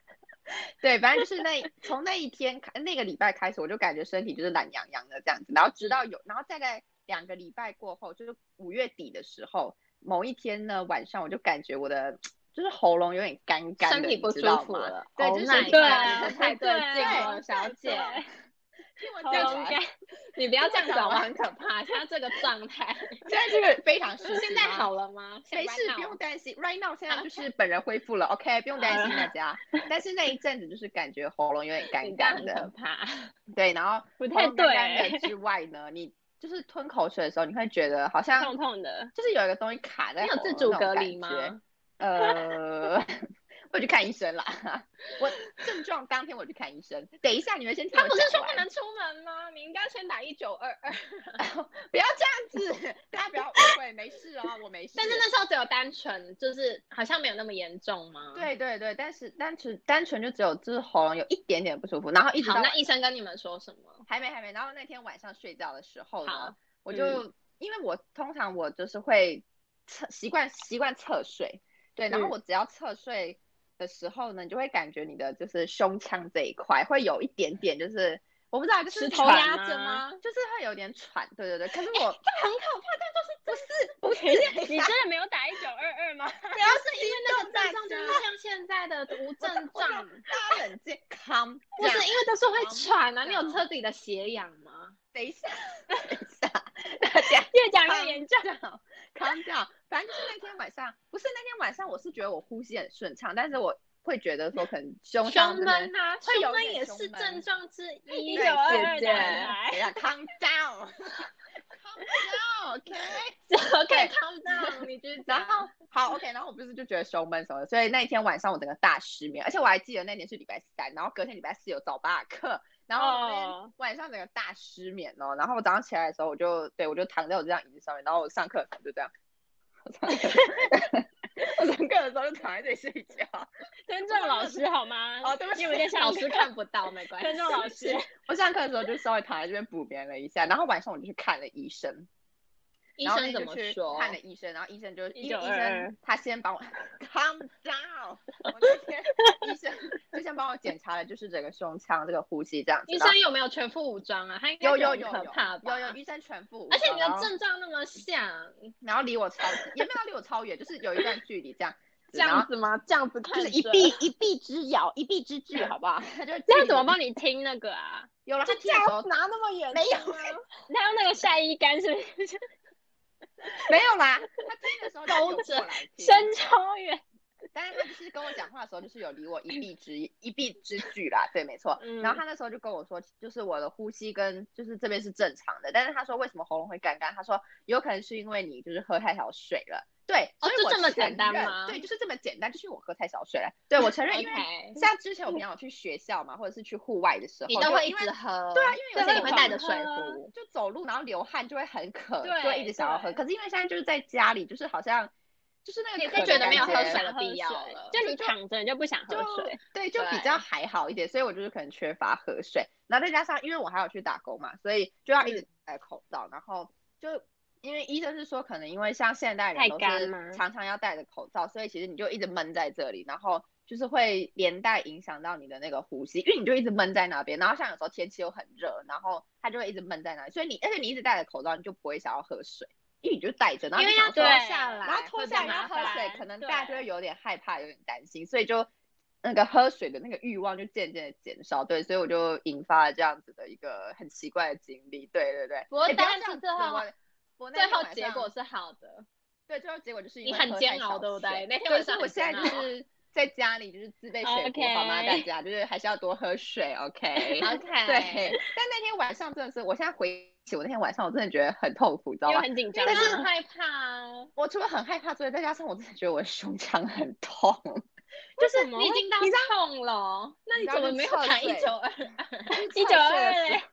Speaker 2: 对，反 正就是那从那一天开那个礼拜开始，我就感觉身体就是懒洋洋的这样子，然后直
Speaker 1: 嗯
Speaker 2: 到有，然后大概两个礼拜过后，就是五月底的时候，某一天呢晚上，我就感觉我的就是喉咙有点干干的，
Speaker 1: 欸身体不
Speaker 2: 你
Speaker 1: 舒
Speaker 2: 知道
Speaker 1: 服
Speaker 2: 吗
Speaker 1: 了，
Speaker 2: 对，
Speaker 1: 哦
Speaker 2: 就是
Speaker 1: 那
Speaker 2: 身体
Speaker 1: 你
Speaker 3: 对
Speaker 2: 不
Speaker 1: 看来你
Speaker 2: 舒服
Speaker 3: 啊
Speaker 1: 这太对
Speaker 3: 对
Speaker 1: 劲了，小姐
Speaker 2: 对，听我
Speaker 3: 喉
Speaker 2: 讲
Speaker 3: 咙
Speaker 2: 完
Speaker 3: 干，
Speaker 1: 你不要这样
Speaker 2: 这样
Speaker 1: 讲，我
Speaker 2: 讲
Speaker 1: 很可怕。现在这个状 态，
Speaker 2: 现在这个非常时期
Speaker 1: 现在
Speaker 2: 吗
Speaker 1: 好了嗯吗？
Speaker 2: 没
Speaker 1: 现
Speaker 2: 事，
Speaker 1: 在
Speaker 2: 不用
Speaker 1: 好
Speaker 2: 担心。Right now，现在就是本人恢复了，OK，不用担心大家。但是那一阵子就是感觉喉咙有点干
Speaker 1: 你这样
Speaker 2: 干
Speaker 1: 很可
Speaker 2: 的，
Speaker 1: 怕。
Speaker 2: 对，然后
Speaker 3: 不
Speaker 2: 喉
Speaker 3: 太
Speaker 2: 咙
Speaker 3: 对、
Speaker 2: 干干的之外呢，你就是吞口水的时候，你会觉得好像
Speaker 3: 痛痛的。
Speaker 2: 就是有一个东西卡在
Speaker 1: 你有
Speaker 2: 喉
Speaker 1: 自
Speaker 2: 咙
Speaker 1: 主
Speaker 2: 那种
Speaker 1: 隔
Speaker 2: 感
Speaker 1: 离吗？
Speaker 2: 觉呃， 我去看医生啦。我症状当天我去看医生。等一下，你们先听
Speaker 1: 他
Speaker 2: 我
Speaker 1: 不是
Speaker 2: 讲
Speaker 1: 说
Speaker 2: 完
Speaker 1: 不能出门吗？你应该先打一九二二。
Speaker 2: 不要这样子，大家不要误会，没事哦，我没事。
Speaker 1: 但是那时候只有单纯，就是好像没有那么严重吗？，
Speaker 2: 对对对，但是单纯单纯就只有就是喉咙有一点点不舒服，然后一直
Speaker 1: 好，
Speaker 2: 到
Speaker 1: 那医生跟你们说什么？
Speaker 2: 还没还没，然后那天晚上睡觉的时候呢
Speaker 1: 好，嗯
Speaker 2: 我就、因为我通常我就是会侧习惯习惯侧睡，对，然后
Speaker 1: 嗯
Speaker 2: 我只要侧睡的时候呢，你就会感觉你的就是胸腔这一块会有一点点就是我不知道就是
Speaker 1: 石头
Speaker 2: 喘
Speaker 1: 压
Speaker 2: 吗
Speaker 1: 着吗哎
Speaker 2: 就是会有点喘，对对对，可是
Speaker 1: 很
Speaker 2: 我
Speaker 1: 可怕，但就是
Speaker 2: 不是
Speaker 3: 你真的没有打一九二二吗？
Speaker 1: 不要是因为 那个
Speaker 2: 大
Speaker 1: 症状，就是
Speaker 2: 家
Speaker 1: 像现在的无
Speaker 2: 我
Speaker 1: 症
Speaker 2: 我
Speaker 1: 状，
Speaker 2: 大家冷 静，calm
Speaker 1: 不是
Speaker 2: down
Speaker 1: 因为都是会
Speaker 2: 好
Speaker 1: 喘啊。你有
Speaker 2: 这样
Speaker 1: 彻底的血氧吗？
Speaker 2: 等一下，等一下，大家
Speaker 3: 越讲 越严重。
Speaker 2: 重，calm down。反正就是那天晚上，不是那天晚上，我是觉得我呼吸很顺畅，但是我会觉得说可能胸腔
Speaker 1: 胸
Speaker 2: 真的。
Speaker 1: 闷啊，
Speaker 2: 会有
Speaker 1: 胸闷
Speaker 2: 一点
Speaker 1: 也
Speaker 2: 胸
Speaker 1: 是
Speaker 2: 闷
Speaker 1: 症状之一。
Speaker 3: 一
Speaker 2: 对
Speaker 3: 九二
Speaker 2: 1922
Speaker 3: 二
Speaker 1: 姐姐
Speaker 3: 打
Speaker 2: 等一
Speaker 3: 来，
Speaker 2: 下，calm down，calm down，OK。
Speaker 1: ，OK，
Speaker 2: 对
Speaker 1: calm down，你去
Speaker 2: 然后好，OK，然后我不是就觉得胸闷什么的，所以那一天晚上我整个大失眠，而且我还记得那天是礼拜三，然后隔天礼拜四有早八的课，然后我那天
Speaker 3: 哦
Speaker 2: 晚上整个大失眠哦，然后我早上起来的时候，我就对我就躺在我这张椅子上面，然后我上课的时候就这样，我上课，我上课的时候就 躺在这里睡觉。
Speaker 3: 尊重老师好吗？
Speaker 2: 哦对不起
Speaker 3: 因为我在
Speaker 1: 老
Speaker 3: 上
Speaker 1: 师
Speaker 3: 课。
Speaker 1: 看不到，没 关系。
Speaker 3: 尊重老师，
Speaker 2: 我上课的时候就稍微躺在这边补眠了一下，然后晚上我就去看了医生，
Speaker 1: 医
Speaker 2: 然后
Speaker 1: 生
Speaker 2: 那
Speaker 1: 怎
Speaker 2: 就
Speaker 1: 么
Speaker 2: 去
Speaker 1: 说？
Speaker 2: 看了医生，然后医生就因为医
Speaker 3: 1922
Speaker 2: 生他 先帮我 calm down，我那天医生就先帮我检查了，就是整个胸腔这个呼吸这样子。
Speaker 1: 医
Speaker 2: 然后
Speaker 1: 生有没有全副武装啊？他应该
Speaker 2: 有有
Speaker 1: 觉
Speaker 2: 有
Speaker 1: 得很
Speaker 2: 有
Speaker 1: 可怕吧？
Speaker 2: 有有医生全副武
Speaker 1: 而且
Speaker 2: 装
Speaker 1: 你
Speaker 2: 然
Speaker 1: 的
Speaker 2: 后
Speaker 1: 症状那么像，
Speaker 2: 然后离我超也没有离我超远，就是有一段距离这样子，
Speaker 1: 这
Speaker 2: 然
Speaker 1: 样
Speaker 2: 后
Speaker 1: 子吗？这样子看
Speaker 2: 就是一
Speaker 1: 着
Speaker 2: 臂一臂之遥，一臂 之距，好不好？他就
Speaker 3: 这样怎么帮你听那个啊？
Speaker 2: 有了他
Speaker 1: 就
Speaker 2: 踢
Speaker 1: 这
Speaker 2: 的时
Speaker 1: 样
Speaker 2: 候
Speaker 1: 拿那么远，
Speaker 2: 没有
Speaker 3: 他用那个晒衣杆是不是
Speaker 2: 没有啦，他踢的时候就
Speaker 1: 勾
Speaker 2: 有
Speaker 1: 着
Speaker 2: 过来踢
Speaker 3: 伸超远？
Speaker 2: 但是他就是跟我讲话的时候，就是有离我一臂之一臂之距啦，对，没错。
Speaker 3: 嗯
Speaker 2: 然后他那时候就跟我说，就是我的呼吸跟就是这边是正常的，但是他说为什么喉咙会干干？他说有可能是因为你就是喝太少水了。对，
Speaker 1: 哦
Speaker 2: 所以
Speaker 1: 就
Speaker 2: 我
Speaker 1: 这么
Speaker 2: 承
Speaker 1: 简单
Speaker 2: 认
Speaker 1: 吗
Speaker 2: 对，就是这么简单，就是我喝太少水了。对，我承认，因 为
Speaker 1: OK，
Speaker 2: 像之前我平常有去学校嘛，或者是去户外的时候，
Speaker 1: 你都
Speaker 2: 就
Speaker 1: 会一
Speaker 2: 因为
Speaker 1: 直喝，
Speaker 2: 对啊，因
Speaker 1: 而
Speaker 2: 为有
Speaker 1: 且
Speaker 2: 时
Speaker 1: 你
Speaker 2: 候
Speaker 1: 会
Speaker 2: 我
Speaker 1: 带着水
Speaker 3: 喝
Speaker 1: 壶，
Speaker 2: 啊就走路，然后流汗就会很渴，
Speaker 3: 对
Speaker 2: 就会一直想要喝。
Speaker 3: 对
Speaker 2: 可是因为现在就是在家里，就是好像就是那
Speaker 1: 你
Speaker 2: 个
Speaker 1: 会
Speaker 2: 渴的
Speaker 1: 觉得没有
Speaker 2: 感
Speaker 1: 喝
Speaker 2: 觉
Speaker 1: 水了
Speaker 3: 喝
Speaker 1: 必要
Speaker 3: 水
Speaker 1: 了
Speaker 3: 就你躺着你就不想喝
Speaker 2: 就
Speaker 3: 水，
Speaker 2: 对，就比
Speaker 1: 对
Speaker 2: 较还好一点，所以我就是可能缺乏喝水，然后再加上因为我还有去打工嘛，所以就要一直戴口罩，然后就因为医生是说，可能因为像现代人
Speaker 3: 太
Speaker 2: 都
Speaker 3: 干
Speaker 2: 是
Speaker 3: 吗
Speaker 2: 常常要戴着口罩，所以其实你就一直闷在这里，然后就是会连带影响到你的那个呼吸，因为你就一直闷在那边，然后像有时候天气又很热，然后它就会一直闷在那里，所以你而且你一直戴着口罩，你就不会想要喝水，因为你就戴着，然后
Speaker 1: 因
Speaker 2: 你
Speaker 1: 为
Speaker 2: 想
Speaker 1: 要脱
Speaker 2: 要说
Speaker 3: 对
Speaker 1: 下来，
Speaker 2: 然后脱
Speaker 1: 会比
Speaker 2: 下
Speaker 1: 较
Speaker 2: 来要
Speaker 1: 麻
Speaker 2: 喝
Speaker 1: 烦
Speaker 2: 水，
Speaker 3: 烦
Speaker 2: 可能
Speaker 3: 对
Speaker 2: 大家就会有点害怕，有点担心，所以就那个喝水的那个欲望就渐渐的减少。对，所以我就引发了这样子的一个很奇怪的经历。对对对，
Speaker 1: 不过
Speaker 2: 诶要
Speaker 1: 但
Speaker 2: 这样
Speaker 1: 是
Speaker 2: 子
Speaker 1: 最后
Speaker 2: 我我那
Speaker 1: 最
Speaker 2: 天
Speaker 1: 后
Speaker 2: 晚
Speaker 1: 结
Speaker 2: 上
Speaker 1: 果是好的，
Speaker 2: 对，最后结果就是因
Speaker 1: 你
Speaker 2: 为
Speaker 1: 很
Speaker 2: 喝
Speaker 1: 煎
Speaker 2: 太
Speaker 1: 熬
Speaker 2: 少
Speaker 1: 对不对
Speaker 2: 水
Speaker 1: 那天
Speaker 2: 对，
Speaker 1: 晚
Speaker 2: 所以
Speaker 1: 上
Speaker 2: 我
Speaker 1: 很
Speaker 2: 现在
Speaker 1: 煎
Speaker 2: 就
Speaker 1: 熬
Speaker 2: 是在家里就是自备水壶好吗？大
Speaker 3: OK
Speaker 2: 家就是还是要多喝水 ，OK。
Speaker 1: ，OK，
Speaker 2: 对，但那天晚上真的是，我现在回起我那天晚上，我真的觉得很痛苦，你知道
Speaker 3: 因为
Speaker 2: 吗？
Speaker 3: 很紧
Speaker 1: 因
Speaker 3: 张
Speaker 1: 为
Speaker 3: 嘛。
Speaker 1: 很害怕啊，
Speaker 2: 我除了很害怕之外，再加上我真的觉得我的胸腔 很痛，
Speaker 3: 就
Speaker 1: 就是
Speaker 3: 是
Speaker 1: 你已经到
Speaker 2: 你知
Speaker 1: 痛了，那
Speaker 2: 你
Speaker 1: 你
Speaker 2: 知道
Speaker 1: 怎么
Speaker 2: 就
Speaker 1: 没有
Speaker 2: 侧
Speaker 1: 打一
Speaker 2: 睡
Speaker 1: 九二？
Speaker 2: 一
Speaker 3: 九二嘞
Speaker 1: 哎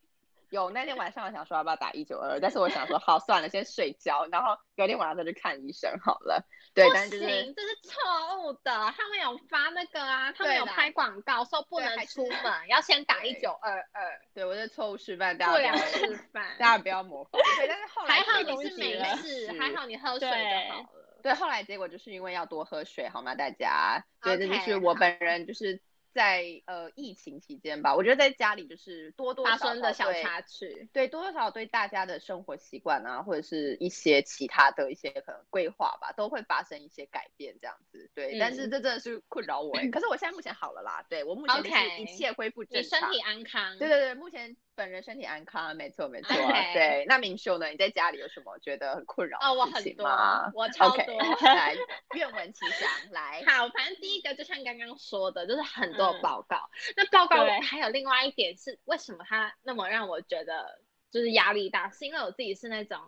Speaker 2: 有那天晚上我想说要不要打一九二，但是我想说好算了，先睡觉，然后隔天晚上再去看医生好了。对，
Speaker 1: 不
Speaker 2: 但是就是
Speaker 1: 行，这是错误的。他们有发那个啊，他们
Speaker 2: 对
Speaker 1: 有
Speaker 2: 啦
Speaker 1: 拍广告说不
Speaker 2: 对还
Speaker 1: 能
Speaker 2: 是
Speaker 1: 出门，要先打
Speaker 2: 对
Speaker 1: 一九二二，
Speaker 2: 对我是错误示范，大
Speaker 1: 不
Speaker 2: 家
Speaker 1: 良
Speaker 2: 不要
Speaker 1: 示范。
Speaker 2: 大家不要模仿。对，但是后来
Speaker 1: 还好
Speaker 2: 结果
Speaker 1: 你是
Speaker 2: 就
Speaker 1: 没
Speaker 2: 了
Speaker 1: 事，还。好你喝水
Speaker 3: 对
Speaker 1: 就好了。
Speaker 2: 对，后来结果就是因为要多喝水，好吗？大家，对，这就
Speaker 1: OK，
Speaker 2: 是我本人就是。在呃疫情期间吧，我觉得在家里就是多多
Speaker 1: 发
Speaker 2: 少少
Speaker 1: 生的小
Speaker 2: 对
Speaker 1: 插曲。
Speaker 2: 对多多少少对大家的生活习惯啊，或者是一些其他的一些可能规划吧，都会发生一些改变这样子。对，但是
Speaker 1: 嗯
Speaker 2: 这真的是困扰我、 欸。可是我现在目前好了啦，对我目前就是
Speaker 1: OK
Speaker 2: 一切恢复
Speaker 1: 你
Speaker 2: 正
Speaker 1: 身
Speaker 2: 常。
Speaker 1: 体安康，
Speaker 2: 对对对，目前本人身体安康，啊没错没错。
Speaker 1: OK
Speaker 2: 对，那明秀呢？你在家里有什么觉得很困扰
Speaker 1: 哦，我
Speaker 2: 的事
Speaker 1: 很
Speaker 2: 情
Speaker 1: 多
Speaker 2: 吗？，
Speaker 1: 我超
Speaker 2: OK，
Speaker 1: 多。
Speaker 2: 来，愿闻其详。 来，
Speaker 1: 好，反正第一个就像刚刚说的，就是很多
Speaker 2: 嗯
Speaker 1: 报告。那报告
Speaker 3: 对，
Speaker 1: 还有另外一点是，为什么它那么让我觉得就是压力大？是因为我自己是那种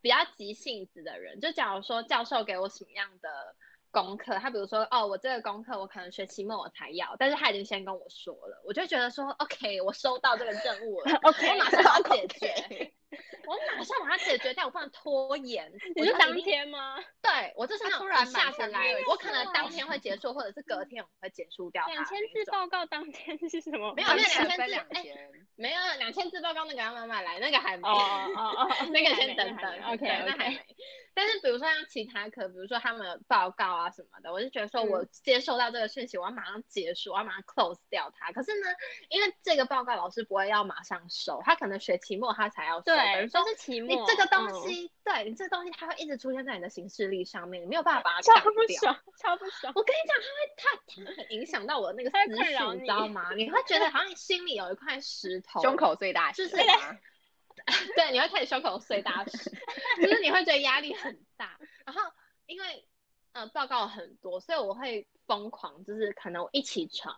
Speaker 1: 比较急性子的人。就假如说教授给我什么样的功课，他比如说哦，我这个功课我可能学期末我才要，但是他已经先跟我说了，我就觉得说 OK，我收到这个任务了
Speaker 3: OK，
Speaker 1: 嗯 我马上把它解
Speaker 2: OK
Speaker 1: 决。 我马上把它解决掉，我不能拖延。
Speaker 3: 你
Speaker 1: 我
Speaker 3: 是
Speaker 1: 就
Speaker 3: 当
Speaker 1: 一定
Speaker 3: 天吗？
Speaker 1: 对我就是
Speaker 2: 它
Speaker 1: 那
Speaker 2: 突
Speaker 1: 种
Speaker 2: 然
Speaker 1: 一下
Speaker 2: 满
Speaker 1: 子
Speaker 2: 三
Speaker 1: 来
Speaker 2: 页，
Speaker 1: 我可
Speaker 3: 哇
Speaker 1: 能当天会结束，或者是隔天我会结束掉它的
Speaker 3: 两千
Speaker 1: 那
Speaker 3: 字
Speaker 1: 种
Speaker 3: 报告当天是什么？
Speaker 1: 没有
Speaker 2: 好
Speaker 1: 那
Speaker 2: 像
Speaker 1: 两千
Speaker 2: 分
Speaker 1: 字
Speaker 2: 两
Speaker 1: 哎
Speaker 2: 天。
Speaker 1: 没有两千字报告那个要慢慢来，那个还没。
Speaker 3: 哦哦哦哦，
Speaker 1: 那个
Speaker 3: 还
Speaker 1: 先
Speaker 3: 没
Speaker 1: 等
Speaker 3: 那还
Speaker 1: 等
Speaker 3: 没，OK
Speaker 1: 对那还
Speaker 3: OK，
Speaker 1: 没。但是比如说像其他科，比如说他们有报告啊什么的，我就觉得说
Speaker 3: 嗯
Speaker 1: 我接收到这个讯息，我要马上结束，我要马上 close 掉它。可是呢，因为这个报告老师不会要马上收，他可能学期末他才要收。等
Speaker 3: 对，
Speaker 1: 于说
Speaker 3: 都是期
Speaker 1: 你
Speaker 3: 末，
Speaker 1: 这个东
Speaker 3: 嗯
Speaker 1: 西，对你这个东西，它会一直出现在你的行事历上面，你没有办法把它
Speaker 3: 超
Speaker 1: 挡
Speaker 3: 不
Speaker 1: 掉。
Speaker 3: 爽，超不爽。
Speaker 1: 我跟你讲，它会它它很影响到我那个
Speaker 3: 它会
Speaker 1: 思
Speaker 3: 困
Speaker 1: 绪，
Speaker 3: 扰
Speaker 1: 你
Speaker 3: 你
Speaker 1: 知道吗？你会觉得好像心里有一块石头，
Speaker 2: 胸口最大
Speaker 1: 就
Speaker 2: 石
Speaker 1: 是哎
Speaker 2: 吗
Speaker 1: 对，你会开始胸口碎大石，就是你会觉得压力很大。然后因为呃报告很多，所以我会疯狂，就是可能我一起床，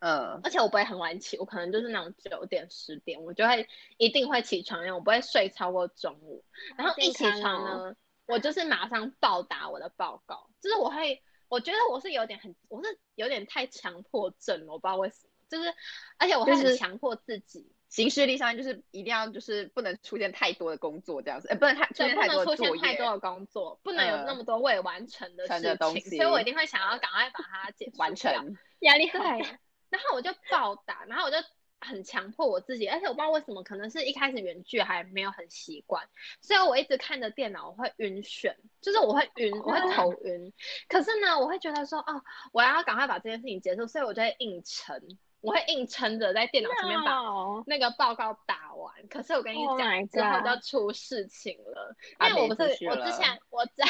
Speaker 2: 嗯，
Speaker 1: 而且我不会很晚起，我可能就是那种九点十点，我就会一定会起床，因为我不会睡超过中午。然后一起床
Speaker 3: 好健
Speaker 1: 呢，
Speaker 3: 康
Speaker 1: 我就是马上报答我的报告，就是我会，我觉得我是有点很，我是有点太强迫症了，我不知道为什么，就是而且我会
Speaker 2: 就是
Speaker 1: 很强迫自己，
Speaker 2: 行事历上就是一定要就是不能出现太多的工作这样子，呃，不能太出
Speaker 1: 对，
Speaker 2: 现
Speaker 1: 不
Speaker 2: 太
Speaker 1: 能
Speaker 2: 多
Speaker 1: 出
Speaker 2: 的作
Speaker 1: 现太
Speaker 2: 业
Speaker 1: 多。的工作，不能有
Speaker 2: 嗯
Speaker 1: 那么多未完成的
Speaker 2: 成
Speaker 1: 事
Speaker 2: 的
Speaker 1: 情，
Speaker 2: 东西
Speaker 1: 所以我一定会想要赶快把它解
Speaker 2: 完成，
Speaker 3: 压力
Speaker 1: 对
Speaker 3: 很大，，
Speaker 1: 然后我就暴打，然后我就很强迫我自己，而且我不知道为什么，可能是一开始远距还没有很习惯，所以我一直看着电脑，我会晕眩，就是我会晕，我会
Speaker 2: 哦
Speaker 1: 头晕。可是呢，我会觉得说，哦，我要赶快把这件事情结束，所以我就会硬撑，我会硬撑着在电脑前
Speaker 2: 啊
Speaker 1: 面把
Speaker 3: 哦，
Speaker 1: 那个报告打完，可是我跟你
Speaker 3: Oh
Speaker 1: 讲
Speaker 3: my
Speaker 1: 之后
Speaker 3: God
Speaker 1: 就出事情了，
Speaker 2: 阿
Speaker 1: 因为我
Speaker 2: 北
Speaker 1: 不是
Speaker 2: 出事
Speaker 1: 我
Speaker 2: 了
Speaker 1: 之前我在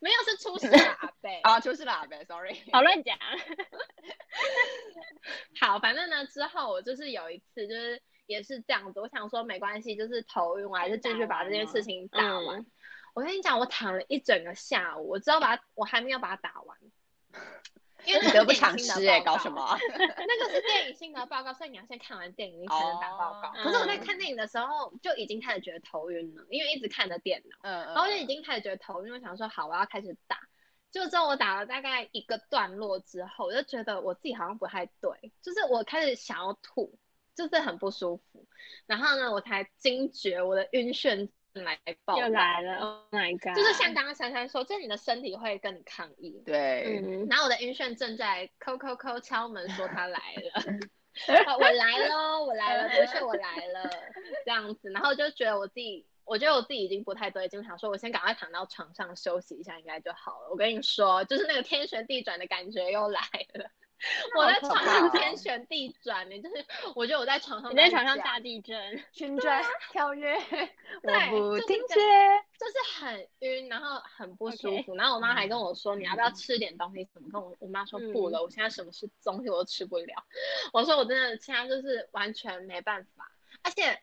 Speaker 1: 没有是出事了阿贝
Speaker 2: 啊，就是啦呗，sorry。
Speaker 1: 哦
Speaker 3: 好乱讲，
Speaker 1: 好，反正呢之后我就是有一次就是也是这样子，我想说没关系，就是头晕，我还是继续把这件事情 打完。
Speaker 3: 嗯
Speaker 1: 我跟你讲，我躺了一整个下午，我只有把它我还没有把它打 完。因为那是
Speaker 2: 得不
Speaker 1: 电影
Speaker 2: 偿
Speaker 1: 性的
Speaker 2: 失哎、
Speaker 1: 报啊
Speaker 2: 搞
Speaker 1: 告
Speaker 2: 什么？
Speaker 1: 那个是电影性的报告，所以你要先看完电影，你才能打报告。
Speaker 2: 哦
Speaker 1: 可是我在
Speaker 3: 嗯
Speaker 1: 看电影的时候就已经开始觉得头晕了，因为一直看着电脑，
Speaker 2: 嗯，然
Speaker 1: 然后就已经开始觉得头晕，我想说好，我要开始打。就之后我打了大概一个段落之后，我就觉得我自己好像不太对，就是我开始想要吐，就是很不舒服。然后呢，我才惊觉我的晕眩症来报
Speaker 3: 又
Speaker 1: 道
Speaker 3: 来了，Oh my god，
Speaker 1: 就是像刚刚珊珊说，就是你的身体会跟你抗议。
Speaker 2: 对，
Speaker 3: 嗯，
Speaker 1: 然后我的晕眩正在扣扣扣敲门说他来 了。啊我来喽，我来了，的确我来了，这样子，然后就觉得我自己，我觉得我自己已经不太对劲，想说我先赶快躺到床上休息一下，应该就好了。我跟你说，就是那个天旋地转的感觉又来了。 我在床
Speaker 2: 好可怕
Speaker 1: 上
Speaker 2: 哦
Speaker 1: 天旋地转，你就是，我觉得我在床上
Speaker 3: 你在床上
Speaker 1: 家
Speaker 3: 大地震，
Speaker 2: 旋转跳跃， 我不
Speaker 1: 就是
Speaker 2: 停
Speaker 1: 这
Speaker 2: 歇。
Speaker 1: 就是很晕，然后很不舒
Speaker 3: OK
Speaker 1: 服。然后我妈还跟我说：“你要不要吃点东西？”什么？跟我我妈说
Speaker 3: 嗯
Speaker 1: 不了，我现在什么是东西我都吃不了。我说我真的现在就是完全没办法，而且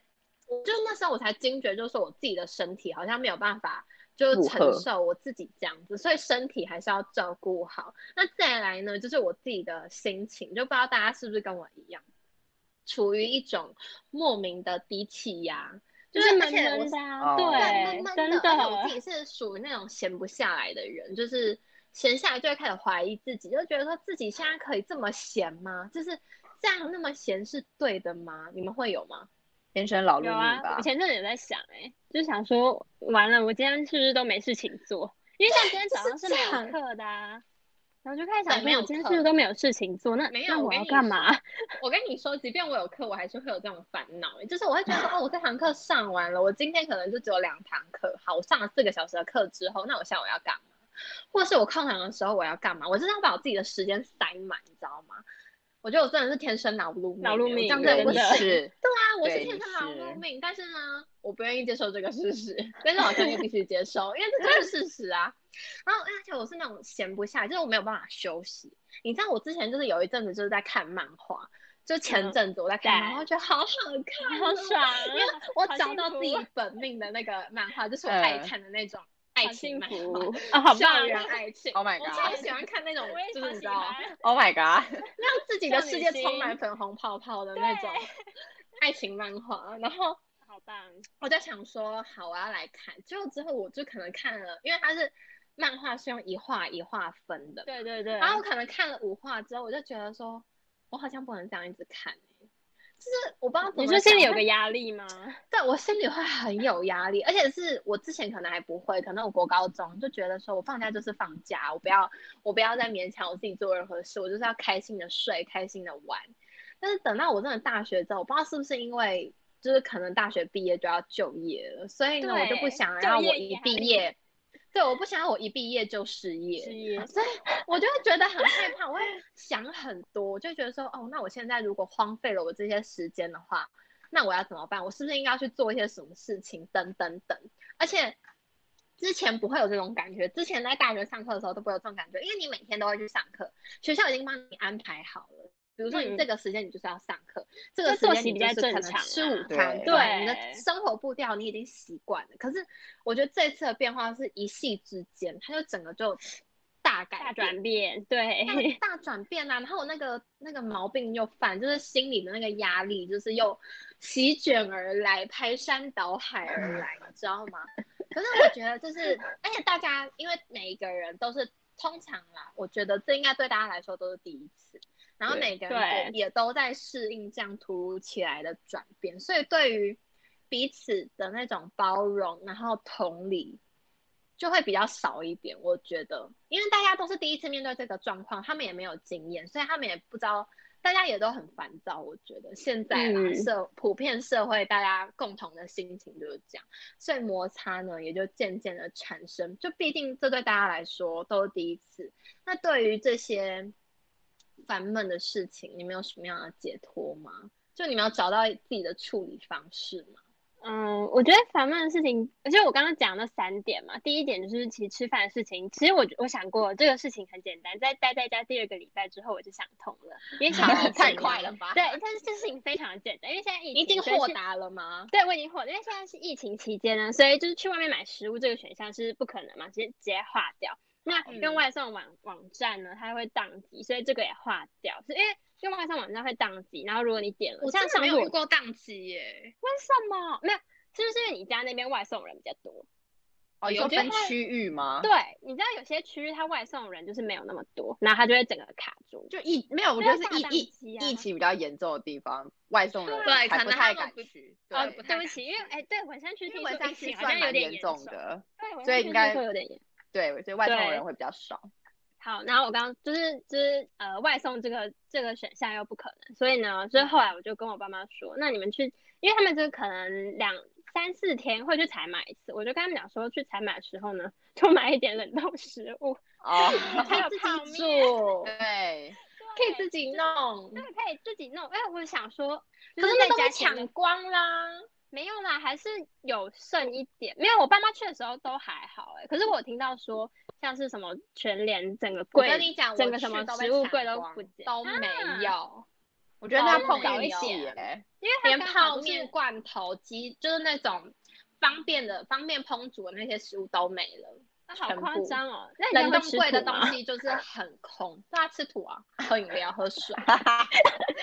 Speaker 1: 我就那时候我才惊觉，就是我自己的身体好像没有办法。就
Speaker 2: 负荷
Speaker 1: 承受我自己这样子，所以身体还是要照顾好。那再来呢，就是我自己的心情，就不知道大家是不是跟我一样，处于一种莫名的低气压，
Speaker 3: 就是
Speaker 1: 而
Speaker 3: 闷
Speaker 1: 且我
Speaker 3: 闷的
Speaker 2: 哦
Speaker 3: 啊，
Speaker 1: 对，
Speaker 3: 对，
Speaker 1: 闷
Speaker 3: 真
Speaker 1: 闷的。而且我
Speaker 3: 的
Speaker 1: 自，己是属于那种闲不下来的人，就是闲下来就会开始怀疑自己，就觉得说自己现在可以这么闲吗？就是这样那么闲是对的吗？你们会有吗？
Speaker 2: 天生老路
Speaker 3: 有
Speaker 2: 女
Speaker 3: 啊，
Speaker 2: 吧
Speaker 3: 我，前阵子有在想，哎，就想说，完了，我今天是不是都没事情做？因为像今天早上是没有
Speaker 1: 就是这
Speaker 3: 课的啊。然后就开始想
Speaker 1: 对没
Speaker 3: 说，
Speaker 1: 有
Speaker 3: 我今天
Speaker 1: 课
Speaker 3: 是不是都没有事情做？那
Speaker 1: 没有
Speaker 3: 那
Speaker 1: 我
Speaker 3: 我
Speaker 1: 跟
Speaker 3: 要
Speaker 1: 你
Speaker 3: 干嘛？
Speaker 1: 我跟你说，即便我有课，我还是会有这种烦恼，就是我会觉得说，哦，我这堂课上完了，我今天可能就只有两堂课，好，我上了四个小时的课之后，那我下午要干嘛？或是我空堂的时候我要干嘛？我真的要把我自己的时间塞满，你知道吗？我觉得我真的是天生脑路
Speaker 3: 脑路
Speaker 1: 命
Speaker 3: 命
Speaker 1: 欸，我这样子我是
Speaker 3: 对
Speaker 2: 你 是
Speaker 1: 对啊，我是
Speaker 2: 对
Speaker 1: 天
Speaker 2: 你
Speaker 1: 生脑路
Speaker 2: 是
Speaker 1: 命，但是呢，我不愿意接受这个事实，但是好像又必须接受，因为这就是事实啊。然后而且我是那种闲不下来，就是我没有办法休息。你知道我之前就是有一阵子就是在看漫画，就前
Speaker 3: 嗯
Speaker 1: 阵子我在看漫画，
Speaker 3: 对
Speaker 1: 然后觉得好好看、
Speaker 3: 好
Speaker 1: 哦，
Speaker 3: 爽啊，
Speaker 1: 因为我
Speaker 3: 好
Speaker 1: 找
Speaker 3: 幸
Speaker 1: 到
Speaker 3: 福
Speaker 1: 自己本命的那个漫画，就是我爱
Speaker 2: 嗯
Speaker 1: 看的那种
Speaker 3: 好
Speaker 1: 爱情
Speaker 3: 幸
Speaker 1: 漫
Speaker 3: 福
Speaker 1: 画，
Speaker 3: 啊，好棒
Speaker 1: 校
Speaker 3: 啊！
Speaker 1: 园爱情。
Speaker 2: ，Oh my
Speaker 1: 我超
Speaker 2: god，Oh
Speaker 1: 喜欢看那种
Speaker 3: 我，也
Speaker 1: 就
Speaker 3: 超
Speaker 1: 是你知
Speaker 3: 喜
Speaker 1: 道，
Speaker 3: 欢，
Speaker 2: my god，
Speaker 1: 让自己的
Speaker 3: 少女
Speaker 1: 世界充
Speaker 3: 心
Speaker 1: 满粉红泡泡的那种爱情漫画。然后
Speaker 3: 好棒，
Speaker 1: 我就想说，好，我要来看。结果之后我就可能看了，因为它是漫画是用一画一画分的，
Speaker 3: 对对对，
Speaker 1: 然后我可能看了五画之后，我就觉得说，我好像不能这样一直看、欸就是我不知道怎么
Speaker 3: 你说心里
Speaker 1: 讲
Speaker 3: 有
Speaker 1: 但
Speaker 3: 个压力吗？
Speaker 1: 对我心里会很有压力，而且是我之前可能还不会，可能我国高中就觉得说我放假就是放假，我不要我不要再勉强我自己做任何事，我就是要开心的睡，开心的玩。但是等到我真的大学之后，我不知道是不是因为就是可能大学毕业就要就业了，所以呢我就不
Speaker 3: 对
Speaker 1: 想
Speaker 3: 就
Speaker 1: 要
Speaker 3: 业
Speaker 1: 我一
Speaker 3: 压
Speaker 1: 毕
Speaker 3: 力
Speaker 1: 业，对，我不想要我一毕业就失业，
Speaker 3: 失业，
Speaker 1: 所以我就会觉得很害怕，我会想很多，我就觉得说，哦，那我现在如果荒废了我这些时间的话，那我要怎么办？我是不是应该要去做一些什么事情？等等等。而且之前不会有这种感觉，之前在大学上课的时候都不会有这种感觉，因为你每天都会去上课，学校已经帮你安排好了。比如说你
Speaker 3: 嗯
Speaker 1: 这个时间你就是要上课，这个
Speaker 3: 就
Speaker 1: 时
Speaker 3: 作
Speaker 1: 间
Speaker 3: 息
Speaker 1: 你就
Speaker 3: 比较
Speaker 1: 是
Speaker 3: 正
Speaker 1: 可能
Speaker 3: 常
Speaker 1: 吃
Speaker 3: 啊
Speaker 1: 午餐，
Speaker 2: 对
Speaker 1: 对你的
Speaker 3: 对
Speaker 1: 生活步调你已经习惯了。可是我觉得这次的变化是一夕之间，它就整个就大改
Speaker 3: 大
Speaker 1: 变
Speaker 3: 转变，对，
Speaker 1: 大大转变啊！然后我那个那个毛病又犯，就是心里的那个压力，就是又席卷而来，排山倒海而来，你知道吗？可是我觉得就是，而且大家因为每一个人都是通常啦，我觉得这应该对大家来说都是第一次，然后
Speaker 2: 对
Speaker 1: 每个人也也都在适应这样突如其来的转变，所以对于彼此的那种包容，然后同理，就会比较少一点，我觉得，因为大家都是第一次面对这个状况，他们也没有经验，所以他们也不知道，大家也都很烦躁。我觉得现在啦
Speaker 3: 嗯
Speaker 1: 社普遍社会大家共同的心情就是这样，所以摩擦呢也就渐渐的产生。就毕竟这对大家来说都是第一次，那对于这些烦闷的事情，你们有什么样的解脱吗？就你们有找到自己的处理方式吗？
Speaker 3: 嗯，我觉得烦闷的事情，而且我刚刚讲那三点嘛，第一点就是其实吃饭的事情，其实我我想过这个事情很简单，在待在家第二个礼拜之后我就想通了，也想
Speaker 1: 太快了吧
Speaker 3: 对，但是这事情非常简单，因为现在疫
Speaker 1: 你已
Speaker 3: 情
Speaker 1: 经
Speaker 3: 所以
Speaker 1: 豁
Speaker 3: 是
Speaker 1: 达了吗？
Speaker 3: 对，我已经火了，因为现在是疫情期间呢，所以就是去外面买食物这个选项是不可能嘛，直接直接划掉。那用
Speaker 1: 嗯
Speaker 3: 外送网网站呢，它会宕机，所以这个也划掉，是因为用外送网站会宕机。然后如果你点了，
Speaker 1: 我
Speaker 3: 像
Speaker 1: 真的
Speaker 3: 上
Speaker 1: 没
Speaker 3: 次
Speaker 1: 有
Speaker 3: 我
Speaker 1: 遇过宕机耶。
Speaker 3: 为什么没有？是不是因为你家那边外送人比较多？
Speaker 2: 哦，
Speaker 3: 我
Speaker 2: 有
Speaker 3: 觉得
Speaker 2: 分
Speaker 3: 他
Speaker 2: 区域吗？
Speaker 3: 对，你知道有些区域它外送人就是没有那么多，然后它就会整个卡住。
Speaker 2: 就疫没有，我
Speaker 3: 我
Speaker 2: 觉得是疫疫
Speaker 3: 疫
Speaker 2: 疫情比较严重的地方，外送人
Speaker 1: 对
Speaker 2: 还
Speaker 1: 可
Speaker 2: 不
Speaker 1: 能他
Speaker 2: 太
Speaker 1: 们
Speaker 2: 敢
Speaker 1: 不
Speaker 2: 去。
Speaker 1: 哦
Speaker 2: 对
Speaker 1: 不，太
Speaker 3: 对不
Speaker 1: 敢
Speaker 3: 起，因为哎，对文山区
Speaker 2: 因
Speaker 3: 听
Speaker 2: 为
Speaker 3: 说
Speaker 2: 文山
Speaker 3: 疫
Speaker 2: 区
Speaker 3: 情好像
Speaker 2: 算
Speaker 3: 有
Speaker 2: 蛮
Speaker 3: 点
Speaker 2: 严
Speaker 3: 严
Speaker 2: 重，的，
Speaker 3: 对，文
Speaker 2: 所
Speaker 3: 山
Speaker 2: 以
Speaker 3: 区
Speaker 2: 应
Speaker 3: 听
Speaker 2: 该
Speaker 3: 说有点严。
Speaker 2: 对，所以外送
Speaker 3: 对
Speaker 2: 人会比较少。
Speaker 3: 好，然后我刚刚就是就是呃外送这个这个选项又不可能，所以
Speaker 2: 嗯
Speaker 3: 呢，所以后来我就跟我爸妈说，那你们去，因为他们就是可能两三四天会去采买一次，我就跟他们讲说，去采买的时候呢，就买一点冷冻食 物，
Speaker 2: 哦，
Speaker 3: 还有
Speaker 1: 自
Speaker 3: 泡
Speaker 1: 己
Speaker 3: 面，
Speaker 1: 做，
Speaker 2: 对，
Speaker 1: 可以自己 弄。
Speaker 3: 对，可以自己弄。哎，我想说，就
Speaker 1: 可是
Speaker 3: 在
Speaker 1: 那都
Speaker 3: 家
Speaker 1: 被
Speaker 3: 前
Speaker 1: 抢
Speaker 3: 面
Speaker 1: 光啦！
Speaker 3: 没有啦，还是有剩一点。没有，我爸妈去的时候都还好哎、可是我有听到说，像是什么全联整个
Speaker 1: 我
Speaker 3: 柜
Speaker 1: 跟你讲，
Speaker 3: 整
Speaker 1: 我
Speaker 3: 个什
Speaker 1: 去
Speaker 3: 么
Speaker 1: 都被
Speaker 3: 食物
Speaker 1: 抢
Speaker 3: 柜都
Speaker 1: 光
Speaker 3: 不见
Speaker 1: 都没
Speaker 3: 啊
Speaker 1: 有，
Speaker 2: 我觉得那
Speaker 1: 泡
Speaker 2: 碰
Speaker 1: 面
Speaker 2: 运
Speaker 1: 有
Speaker 2: 气耶。
Speaker 3: 因为他
Speaker 1: 连
Speaker 3: 刚好
Speaker 1: 泡
Speaker 3: 就是
Speaker 1: 面、罐头、鸡，就是那种方便的、方便烹煮的那些食物都没了。
Speaker 3: 啊好
Speaker 1: 全
Speaker 3: 夸
Speaker 1: 部
Speaker 3: 张哦！那你这
Speaker 1: 冷
Speaker 3: 样会
Speaker 1: 冻
Speaker 3: 吃
Speaker 1: 柜的
Speaker 3: 土啊
Speaker 1: 东
Speaker 3: 吗，
Speaker 1: 西就是很空，大家吃土啊，喝饮料、喝 水，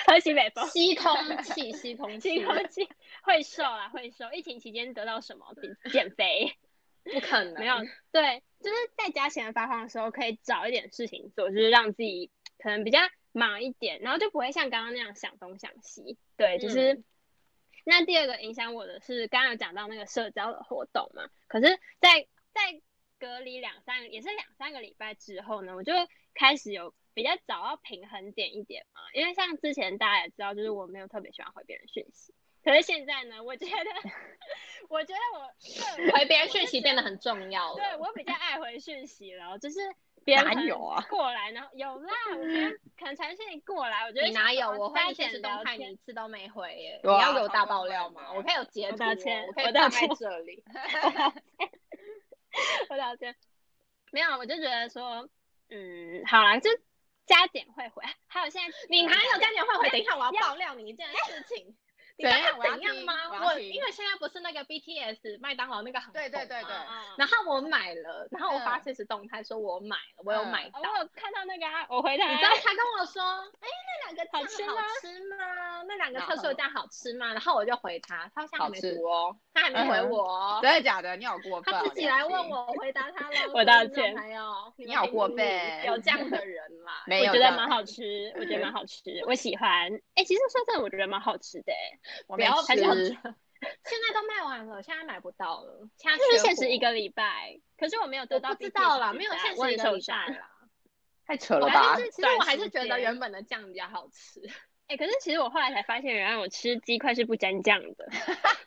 Speaker 3: 喝西北 风，
Speaker 1: 吸空气，吸空气
Speaker 3: 进，口 气会瘦啦，会瘦。疫情期间得到什么？比减肥
Speaker 1: 不可能。
Speaker 3: 没有？对，就是在家闲发慌的时候，可以找一点事情做，就是让自己可能比较忙一点，然后就不会像刚刚那样想东想西。对，就是。那第二个影响我的是，刚刚有讲到那个社交的活动嘛，可是在，在隔离两三个，也是两三个礼拜之后呢，我就开始有比较找到平衡点一点嘛，因为像之前大家也知道，就是我没有特别喜欢回别人讯息，可是现在呢，我觉得， 我觉得我个人
Speaker 1: 回别人讯息变得很重要了。
Speaker 3: 对我比较爱回讯息了，就是别人
Speaker 2: 哪
Speaker 3: 可能
Speaker 2: 有啊
Speaker 3: 过来，然后有啦，我 觉得可能传讯你过来，我觉得
Speaker 1: 你哪有？
Speaker 3: 想说哦
Speaker 1: 我回你
Speaker 3: 大家一起
Speaker 1: 现实动
Speaker 3: 聊
Speaker 1: 态，
Speaker 3: 天
Speaker 1: 你一次都没回耶！你
Speaker 2: 对啊
Speaker 1: 要给我大爆料吗？
Speaker 2: 我
Speaker 1: 我可以有截
Speaker 3: 我
Speaker 1: 图
Speaker 3: 道
Speaker 1: 哦，
Speaker 3: 歉
Speaker 1: 我可
Speaker 3: 我
Speaker 1: 以
Speaker 3: 道
Speaker 1: 放在
Speaker 3: 歉
Speaker 1: 这里。
Speaker 3: 我聊天，没有，我就觉得说，嗯，好啦，就加减会回。还有现在
Speaker 1: 你哪有
Speaker 3: 加
Speaker 1: 嘉年会回？等一下，我要爆料你一件事 情。你
Speaker 2: 怎
Speaker 1: 知
Speaker 2: 样
Speaker 1: 道
Speaker 2: 我要
Speaker 1: 怎样
Speaker 2: 听
Speaker 1: 吗？
Speaker 2: 我要
Speaker 1: 我
Speaker 2: 听
Speaker 1: 因为现在不是那个 BTS 麦当劳那个很
Speaker 2: 对对
Speaker 1: 红
Speaker 2: 对
Speaker 1: 吗
Speaker 2: 对
Speaker 3: 嗯
Speaker 1: 然后我买了，然后我发
Speaker 2: 嗯
Speaker 1: 现实动态说我买了，我有
Speaker 2: 嗯
Speaker 1: 买到。
Speaker 3: 我有看到那个啊，我回答
Speaker 1: 你知道他跟我说，哎、那两个
Speaker 3: 好
Speaker 1: 酱
Speaker 3: 吃
Speaker 1: 好
Speaker 3: 吗
Speaker 1: 吃吗？那两个
Speaker 2: 然
Speaker 1: 特
Speaker 2: 后
Speaker 1: 殊酱好吃吗？然后我就回他，他好像还
Speaker 2: 好
Speaker 1: 没
Speaker 2: 吃
Speaker 1: 读哦，他还没回
Speaker 2: 嗯哼
Speaker 1: 我哦。
Speaker 2: 真的假的？你好过分！哦
Speaker 1: 他自己来
Speaker 2: 良
Speaker 1: 问
Speaker 2: 心，
Speaker 1: 我，我回答他 了。
Speaker 3: 我道歉
Speaker 1: 朋友，
Speaker 2: 你
Speaker 1: 们
Speaker 2: 好
Speaker 1: 评
Speaker 2: 过
Speaker 1: 评理
Speaker 2: 分
Speaker 1: 有这样的人啦
Speaker 2: 。没
Speaker 3: 我
Speaker 2: 有
Speaker 3: 觉得
Speaker 2: 的
Speaker 3: 蛮好吃，我
Speaker 1: 嗯
Speaker 3: 觉得蛮好吃，我喜欢。哎、其实说真的，我觉得蛮好吃的、欸。
Speaker 2: 我
Speaker 1: 不
Speaker 2: 没
Speaker 1: 要
Speaker 2: 吃
Speaker 3: 还是要
Speaker 1: 吃， 现在都卖完了，现在买不到了。现在
Speaker 3: 就是
Speaker 1: 缺
Speaker 3: 限时
Speaker 1: 货
Speaker 3: 一，个礼拜，可是我没有得
Speaker 1: 我
Speaker 3: 到。
Speaker 1: 不知道啦，没有限
Speaker 3: 我
Speaker 1: 时一
Speaker 3: 很
Speaker 1: 个
Speaker 3: 受
Speaker 1: 礼拜
Speaker 3: 伤。
Speaker 1: 啦。
Speaker 2: 太扯
Speaker 1: 我
Speaker 2: 了吧
Speaker 1: 还 是？其实
Speaker 3: 短
Speaker 1: 我还
Speaker 3: 时
Speaker 1: 是觉得
Speaker 3: 间
Speaker 1: 原本的酱比较好 吃。
Speaker 3: 哎、可是其实我后来才发现，原来我吃鸡块是不沾酱的。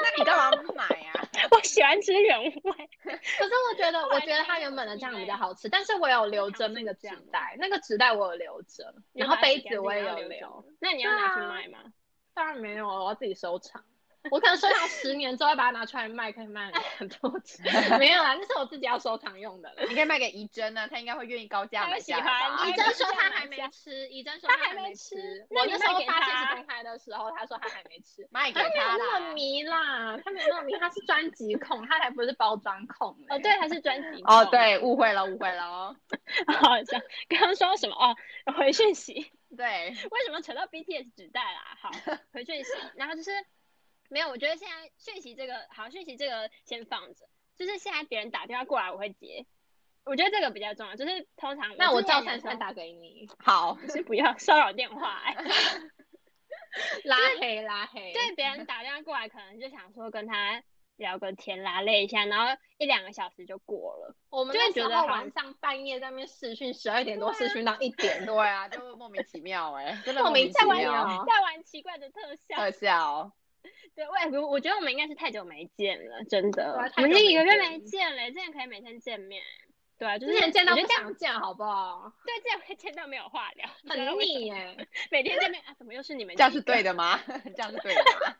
Speaker 2: 那你干嘛不买啊？
Speaker 3: 我喜欢吃原味。
Speaker 1: 可是我觉得，
Speaker 3: 后
Speaker 1: 我
Speaker 3: 来
Speaker 1: 觉得
Speaker 3: 发
Speaker 1: 它
Speaker 3: 现
Speaker 1: 原
Speaker 3: 我
Speaker 1: 本的
Speaker 3: 自己
Speaker 1: 酱比
Speaker 3: 在
Speaker 1: 较好吃，但是我有留
Speaker 3: 糖
Speaker 1: 着
Speaker 3: 是
Speaker 1: 那
Speaker 3: 不
Speaker 1: 个
Speaker 3: 这
Speaker 1: 纸
Speaker 3: 样的
Speaker 1: 袋，那个纸袋我有留着，然后杯子我也有留，。
Speaker 3: 那你要
Speaker 1: 对
Speaker 3: 拿去
Speaker 1: 啊
Speaker 3: 卖吗？
Speaker 1: 当然没有了，我要自己收藏。我可能收藏十年之后再把它拿出来卖，可以卖很多钱。 没有啦，那是我自己要收藏用的啦。
Speaker 2: 你可以卖给怡珍啊呢，她应该会愿意高价
Speaker 3: 她
Speaker 2: 买
Speaker 3: 会喜
Speaker 2: 下来
Speaker 3: 欢
Speaker 2: 吧。
Speaker 3: 她
Speaker 1: 怡
Speaker 3: 一
Speaker 1: 珍
Speaker 3: 定
Speaker 1: 说
Speaker 3: 是要
Speaker 1: 她
Speaker 3: 买
Speaker 1: 还没
Speaker 3: 下
Speaker 1: 吃，怡珍说
Speaker 3: 她
Speaker 1: 她
Speaker 3: 还没
Speaker 1: 没
Speaker 3: 吃那
Speaker 1: 我
Speaker 3: 你
Speaker 1: 那时
Speaker 3: 卖
Speaker 1: 候
Speaker 3: 给
Speaker 1: 发现
Speaker 3: 她
Speaker 1: 实动态的时候，她说她还没 吃。
Speaker 2: 卖给
Speaker 1: 她没有
Speaker 2: 她
Speaker 1: 那么
Speaker 2: 啦。
Speaker 1: 迷啦，她没有那么迷，她是专辑控，她才不是包装控欸嘞。
Speaker 3: 哦，对，它是专辑。
Speaker 2: 哦，，对，误会了，误会了哦。
Speaker 3: 好像刚刚说什么？哦，回讯息。
Speaker 2: 对，
Speaker 3: 为什么扯到 BTS 纸袋啦？好，回讯息，然后就是没有，我觉得现在讯息这个好，讯息这个先放着，就是现在别人打电话过来我会接，我觉得这个比较重要，就是通常
Speaker 1: 那我
Speaker 3: 之前
Speaker 1: 赵
Speaker 3: 有
Speaker 1: 珊
Speaker 3: 时候
Speaker 1: 珊打给你，
Speaker 2: 好，
Speaker 3: 是不要骚扰电话、哎
Speaker 1: 拉黑拉黑。
Speaker 3: 对别 人打电话过来，可能就想说跟他聊个天拉累一下，然后一两个小时就过了，
Speaker 1: 我们
Speaker 3: 就会
Speaker 1: 那时
Speaker 3: 觉得
Speaker 1: 候
Speaker 3: 好
Speaker 1: 晚上半夜在那边试训，十二点多
Speaker 3: 对啊
Speaker 1: 试训到一点多，
Speaker 2: 对啊，就莫名其妙哎，真的
Speaker 1: 莫名
Speaker 2: 名
Speaker 1: 其
Speaker 2: 其
Speaker 3: 在玩
Speaker 1: 妙
Speaker 2: 妙。
Speaker 3: 在玩奇怪的特效，
Speaker 1: 呃
Speaker 2: 特效，
Speaker 3: 对，我也不我觉得我们应该是太久没见了，真的，
Speaker 1: 对啊
Speaker 3: 我
Speaker 1: 太
Speaker 3: 们
Speaker 1: 久
Speaker 3: 是一个
Speaker 1: 没
Speaker 3: 月没
Speaker 1: 见
Speaker 3: 见了，之前可以每天见面，对啊，就是
Speaker 1: 之前见到
Speaker 3: 我觉
Speaker 1: 不
Speaker 3: 得这样
Speaker 1: 想见，好不好？
Speaker 3: 对，这样会见到没有话聊，你知道
Speaker 1: 很
Speaker 3: 为什
Speaker 1: 腻欸
Speaker 3: 么。
Speaker 1: 耶。
Speaker 3: 每天见面啊，怎么又是你们？
Speaker 2: 这样是对，的吗？ 这样是对的吗？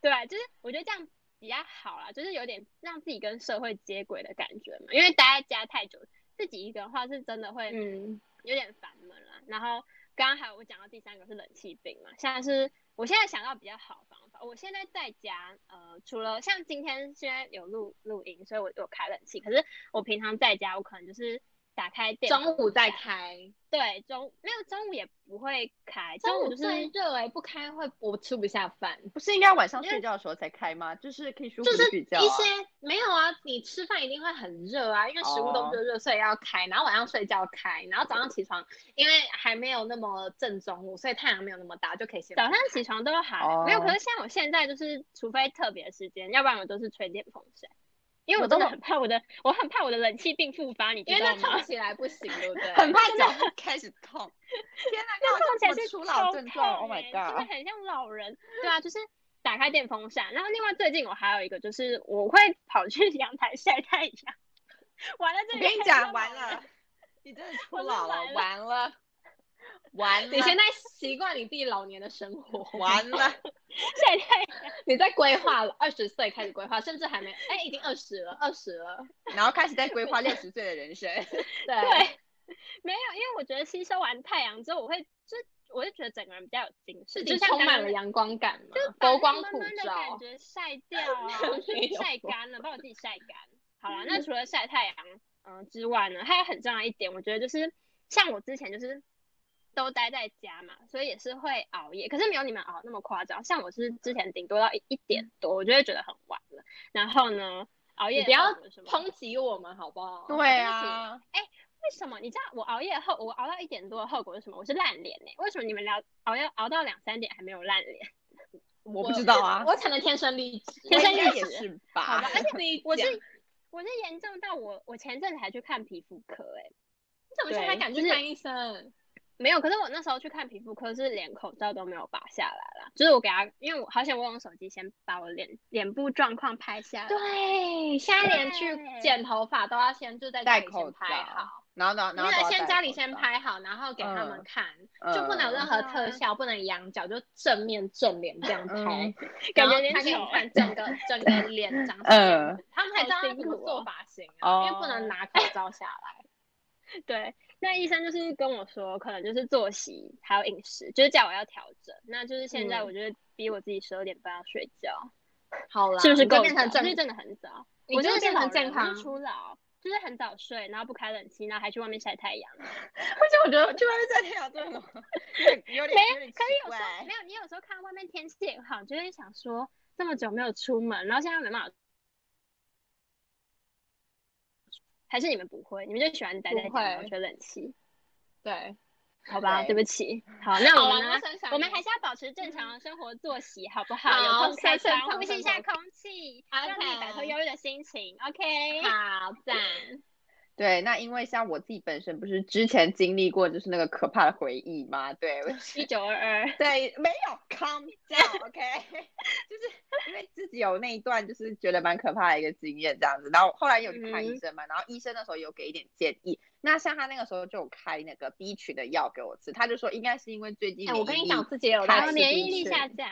Speaker 3: 对啊，就是我觉得这样比较好啦，就是有点让自己跟社会接轨的感觉嘛。因为待在家太久，自己一个人的话是真的会
Speaker 1: 嗯，
Speaker 3: 有点烦闷啦。然后刚刚还有我讲到第三个是冷气病嘛，现在是我现在想到比较好的方法，我现在在家，呃，除了像今天现在有录录音，所以我有开冷气，可是我平常在家，我可能就是打开电风
Speaker 1: 中午再
Speaker 3: 扇
Speaker 1: 开，
Speaker 3: 对，中没有中午也不会开，
Speaker 1: 中
Speaker 3: 午
Speaker 1: 午
Speaker 3: 就是
Speaker 1: 最热哎，不开会我吃不下饭。
Speaker 2: 不是应该晚上睡觉的时候才开吗？就是可以舒服
Speaker 1: 就是
Speaker 2: 地
Speaker 1: 一
Speaker 2: 睡觉 啊。
Speaker 1: 些没有啊，你吃饭一定会很热啊，因为食物都
Speaker 2: 哦
Speaker 1: 热热，所以要开。然后晚上睡觉开，然后早上起床，因为还没有那么正中午，所以太阳没有那么大，就可以先
Speaker 3: 早上起床都还
Speaker 1: 哦
Speaker 3: 好，没有。可是像我现在就是，除非特别时间，要不然我都是吹电风扇，因为我真的很怕我的，我很怕我的冷气病复发，你知
Speaker 1: 因为那
Speaker 3: 道
Speaker 1: 痛
Speaker 3: 吗？
Speaker 1: 起来不行，对不 对？
Speaker 2: 很怕脚会开始 痛，天哪，
Speaker 3: 那
Speaker 2: 那
Speaker 3: 痛起来
Speaker 2: 什么
Speaker 3: 是
Speaker 2: 初
Speaker 3: 超
Speaker 2: 老症状
Speaker 3: 痛
Speaker 2: ，Oh my
Speaker 3: 欸真的
Speaker 2: god！
Speaker 3: 很像老人。对啊，就是打开电风扇，然后另外最近我还有一个就是我会跑去 阳台晒太阳。完了，这
Speaker 2: 我
Speaker 3: 里
Speaker 2: 跟你
Speaker 3: 开始
Speaker 2: 讲，
Speaker 3: 要
Speaker 2: 完
Speaker 3: 老人
Speaker 2: 了，你真的初
Speaker 3: 我真
Speaker 2: 老
Speaker 3: 来
Speaker 2: 了，
Speaker 3: 了
Speaker 2: 完 了，完
Speaker 1: 你现在
Speaker 2: 了，
Speaker 1: 习惯你自己老年的生活，
Speaker 2: 完 了，
Speaker 3: 晒
Speaker 2: 哎
Speaker 3: 太阳，
Speaker 1: 你在规划了，二十岁开始规划，甚至还没，哎，已经二十了，二十了，
Speaker 2: 然后开始在规划六十岁的人生。
Speaker 1: 对，
Speaker 3: 对，没有，因为我觉得吸收完太阳之后，我会就我就觉得整个人比较有精
Speaker 1: 自
Speaker 3: 神，就
Speaker 1: 己
Speaker 3: 像
Speaker 1: 充
Speaker 3: 刚
Speaker 1: 满
Speaker 3: 刚
Speaker 1: 了阳光感嘛，
Speaker 3: 就把
Speaker 1: 佛
Speaker 3: 那
Speaker 1: 光
Speaker 3: 慢
Speaker 1: 普
Speaker 3: 慢的感
Speaker 1: 照。
Speaker 3: 觉晒 掉啊
Speaker 1: 没，有
Speaker 3: 晒干了，把我自己晒干。好啦，那除了晒太阳，嗯、之外呢，还有很重要一点，我觉得就是像我之前就是都待在家嘛，所以也是会熬夜，可是没有你们熬那么夸张。像我是之前顶多到一一点多，我就会觉得很晚了。然后呢，熬夜
Speaker 1: 你不要
Speaker 3: 后有什么
Speaker 1: 抨击我们好不好？
Speaker 2: 对啊，
Speaker 3: 为什么？你知道我熬夜后，我熬到一点多的后果是什么？我是烂脸呢、为什么你们聊熬夜熬到两三点还没有烂脸？
Speaker 2: 我不知道啊，
Speaker 1: 我可能天生丽质，
Speaker 3: 天生
Speaker 2: 我
Speaker 3: 丽质
Speaker 2: 应该也是
Speaker 3: 好
Speaker 2: 吧
Speaker 3: 吧？
Speaker 1: 而 且你
Speaker 3: 我是
Speaker 1: 讲你
Speaker 3: 我是严重到我我前阵子还去看皮肤科哎、
Speaker 1: 怎么现在
Speaker 3: 对
Speaker 1: 敢
Speaker 3: 就
Speaker 1: 去
Speaker 3: 是
Speaker 1: 看医生？
Speaker 3: 没有，可是我那时候去看皮肤科是连口罩都没有拔下来啦，就是我给他，因为我好险我用手机先把我脸脸部状况拍下来。
Speaker 1: 对，现在连去
Speaker 3: 对
Speaker 1: 剪头发都要先就在家
Speaker 2: 戴
Speaker 1: 里
Speaker 2: 口
Speaker 1: 先拍
Speaker 2: 罩
Speaker 1: 好，
Speaker 2: 然后 然后
Speaker 1: 因
Speaker 2: 然后
Speaker 1: 为
Speaker 2: 都要
Speaker 1: 先
Speaker 2: 戴
Speaker 1: 家里
Speaker 2: 口
Speaker 1: 先
Speaker 2: 罩，
Speaker 1: 拍好，然后给他们
Speaker 2: 嗯
Speaker 1: 看，就不能有 任
Speaker 2: 嗯
Speaker 1: 何
Speaker 3: 嗯
Speaker 1: 特效，不能仰角，就正面正脸这样拍
Speaker 2: 嗯，
Speaker 1: 然
Speaker 3: 感
Speaker 1: 后
Speaker 3: 觉有点
Speaker 1: 他给你
Speaker 3: 丑
Speaker 1: 看整个整个脸 长什么
Speaker 2: 嗯
Speaker 1: 样子，他们才知道
Speaker 3: 好
Speaker 1: 他
Speaker 3: 辛
Speaker 1: 怎么
Speaker 3: 苦
Speaker 1: 做
Speaker 3: 哦
Speaker 1: 发型啊，因为不
Speaker 2: 哦
Speaker 1: 能拿口罩下来。
Speaker 3: 对，那医生就是跟我说，可能就是作息还有饮食，就是叫我要调整。那就是现在
Speaker 1: 嗯
Speaker 3: 我就是逼我自己十二点半要睡觉，
Speaker 1: 好啦，
Speaker 3: 是不是
Speaker 1: 你就
Speaker 3: 够
Speaker 1: 变成
Speaker 3: 早
Speaker 1: 正
Speaker 3: 就是真的很早，
Speaker 1: 你
Speaker 3: 我
Speaker 1: 就是是变
Speaker 3: 老
Speaker 1: 成健
Speaker 3: 人我
Speaker 1: 康
Speaker 3: 就是初老，就是很早睡，然后不开冷气，然后还去外面晒太阳。
Speaker 2: 而且我觉得去外面晒 太阳真的有点有点有点奇
Speaker 3: 可是有时候
Speaker 2: 怪
Speaker 3: 没，有，你有时候看外面天气也好，就会想说这么久没有出门，然后现在没办法。还是你们不会，你们就喜欢待
Speaker 1: 不
Speaker 3: 在家，然
Speaker 1: 会
Speaker 3: 后吹冷气，
Speaker 1: 对，
Speaker 3: 好吧？
Speaker 2: 对
Speaker 3: 对不起，好，那我
Speaker 1: 好
Speaker 3: 们
Speaker 1: 啦
Speaker 3: 呢
Speaker 1: 陌生小
Speaker 3: 我们
Speaker 1: 女
Speaker 3: 还是要保持正常的生活作息，好不好？
Speaker 1: 嗯好
Speaker 3: 有空开
Speaker 1: 正
Speaker 3: 窗，
Speaker 1: 常
Speaker 3: 呼吸
Speaker 1: 生
Speaker 3: 一下
Speaker 1: 活
Speaker 3: 空气，让自己摆脱
Speaker 1: OK
Speaker 3: 忧郁的心情。OK，
Speaker 1: 好赞，
Speaker 2: 对，那因为像我自己本身不是之前经历过就是那个可怕的回忆吗？对，我
Speaker 3: 一九二二，
Speaker 2: 对，没有 calm down，OK，、就是因为自己有那一段就是觉得蛮可怕的一个经验这样子，然后后来有去看医
Speaker 3: 嗯
Speaker 2: 生嘛，然后医生那时候有给一点建议，那像他那个时候就有开那个 B 群的药给我吃，他就说应该是因为最近
Speaker 1: 哎，我跟
Speaker 2: 免
Speaker 1: 你
Speaker 2: 疫
Speaker 1: 讲，我
Speaker 2: 力，
Speaker 1: 自己也有
Speaker 2: 太
Speaker 1: 在
Speaker 3: 然
Speaker 1: 吃
Speaker 3: 后
Speaker 2: 刺
Speaker 3: 免
Speaker 2: 激
Speaker 3: 疫
Speaker 1: 鼻
Speaker 3: 力
Speaker 1: 群
Speaker 3: 下降，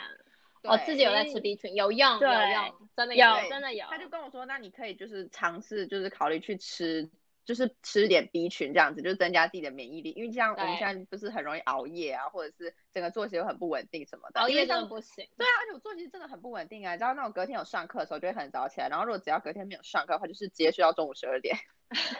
Speaker 1: 我自己有在
Speaker 3: 免疫
Speaker 1: 吃 B 群，有用有
Speaker 3: 对
Speaker 1: 用，真的
Speaker 3: 有
Speaker 1: 用。
Speaker 3: 真的有，
Speaker 2: 他就跟我说，那你可以就是尝试，就是考虑去吃，就是吃一点 B 群这样子，就是增加自己的免疫力。因为像我们
Speaker 1: 对
Speaker 2: 现在不是很容易熬夜啊，或者是整个作息又很不稳定什么的。
Speaker 1: 熬
Speaker 2: 因为
Speaker 1: 夜真的
Speaker 2: 像
Speaker 1: 不行，
Speaker 2: 对啊，而且我作息真的很不稳定啊。你知道那种隔天有上课的时候就会很早起来，然后如果只要隔天没有上课的话，就是直接睡到中午十二点。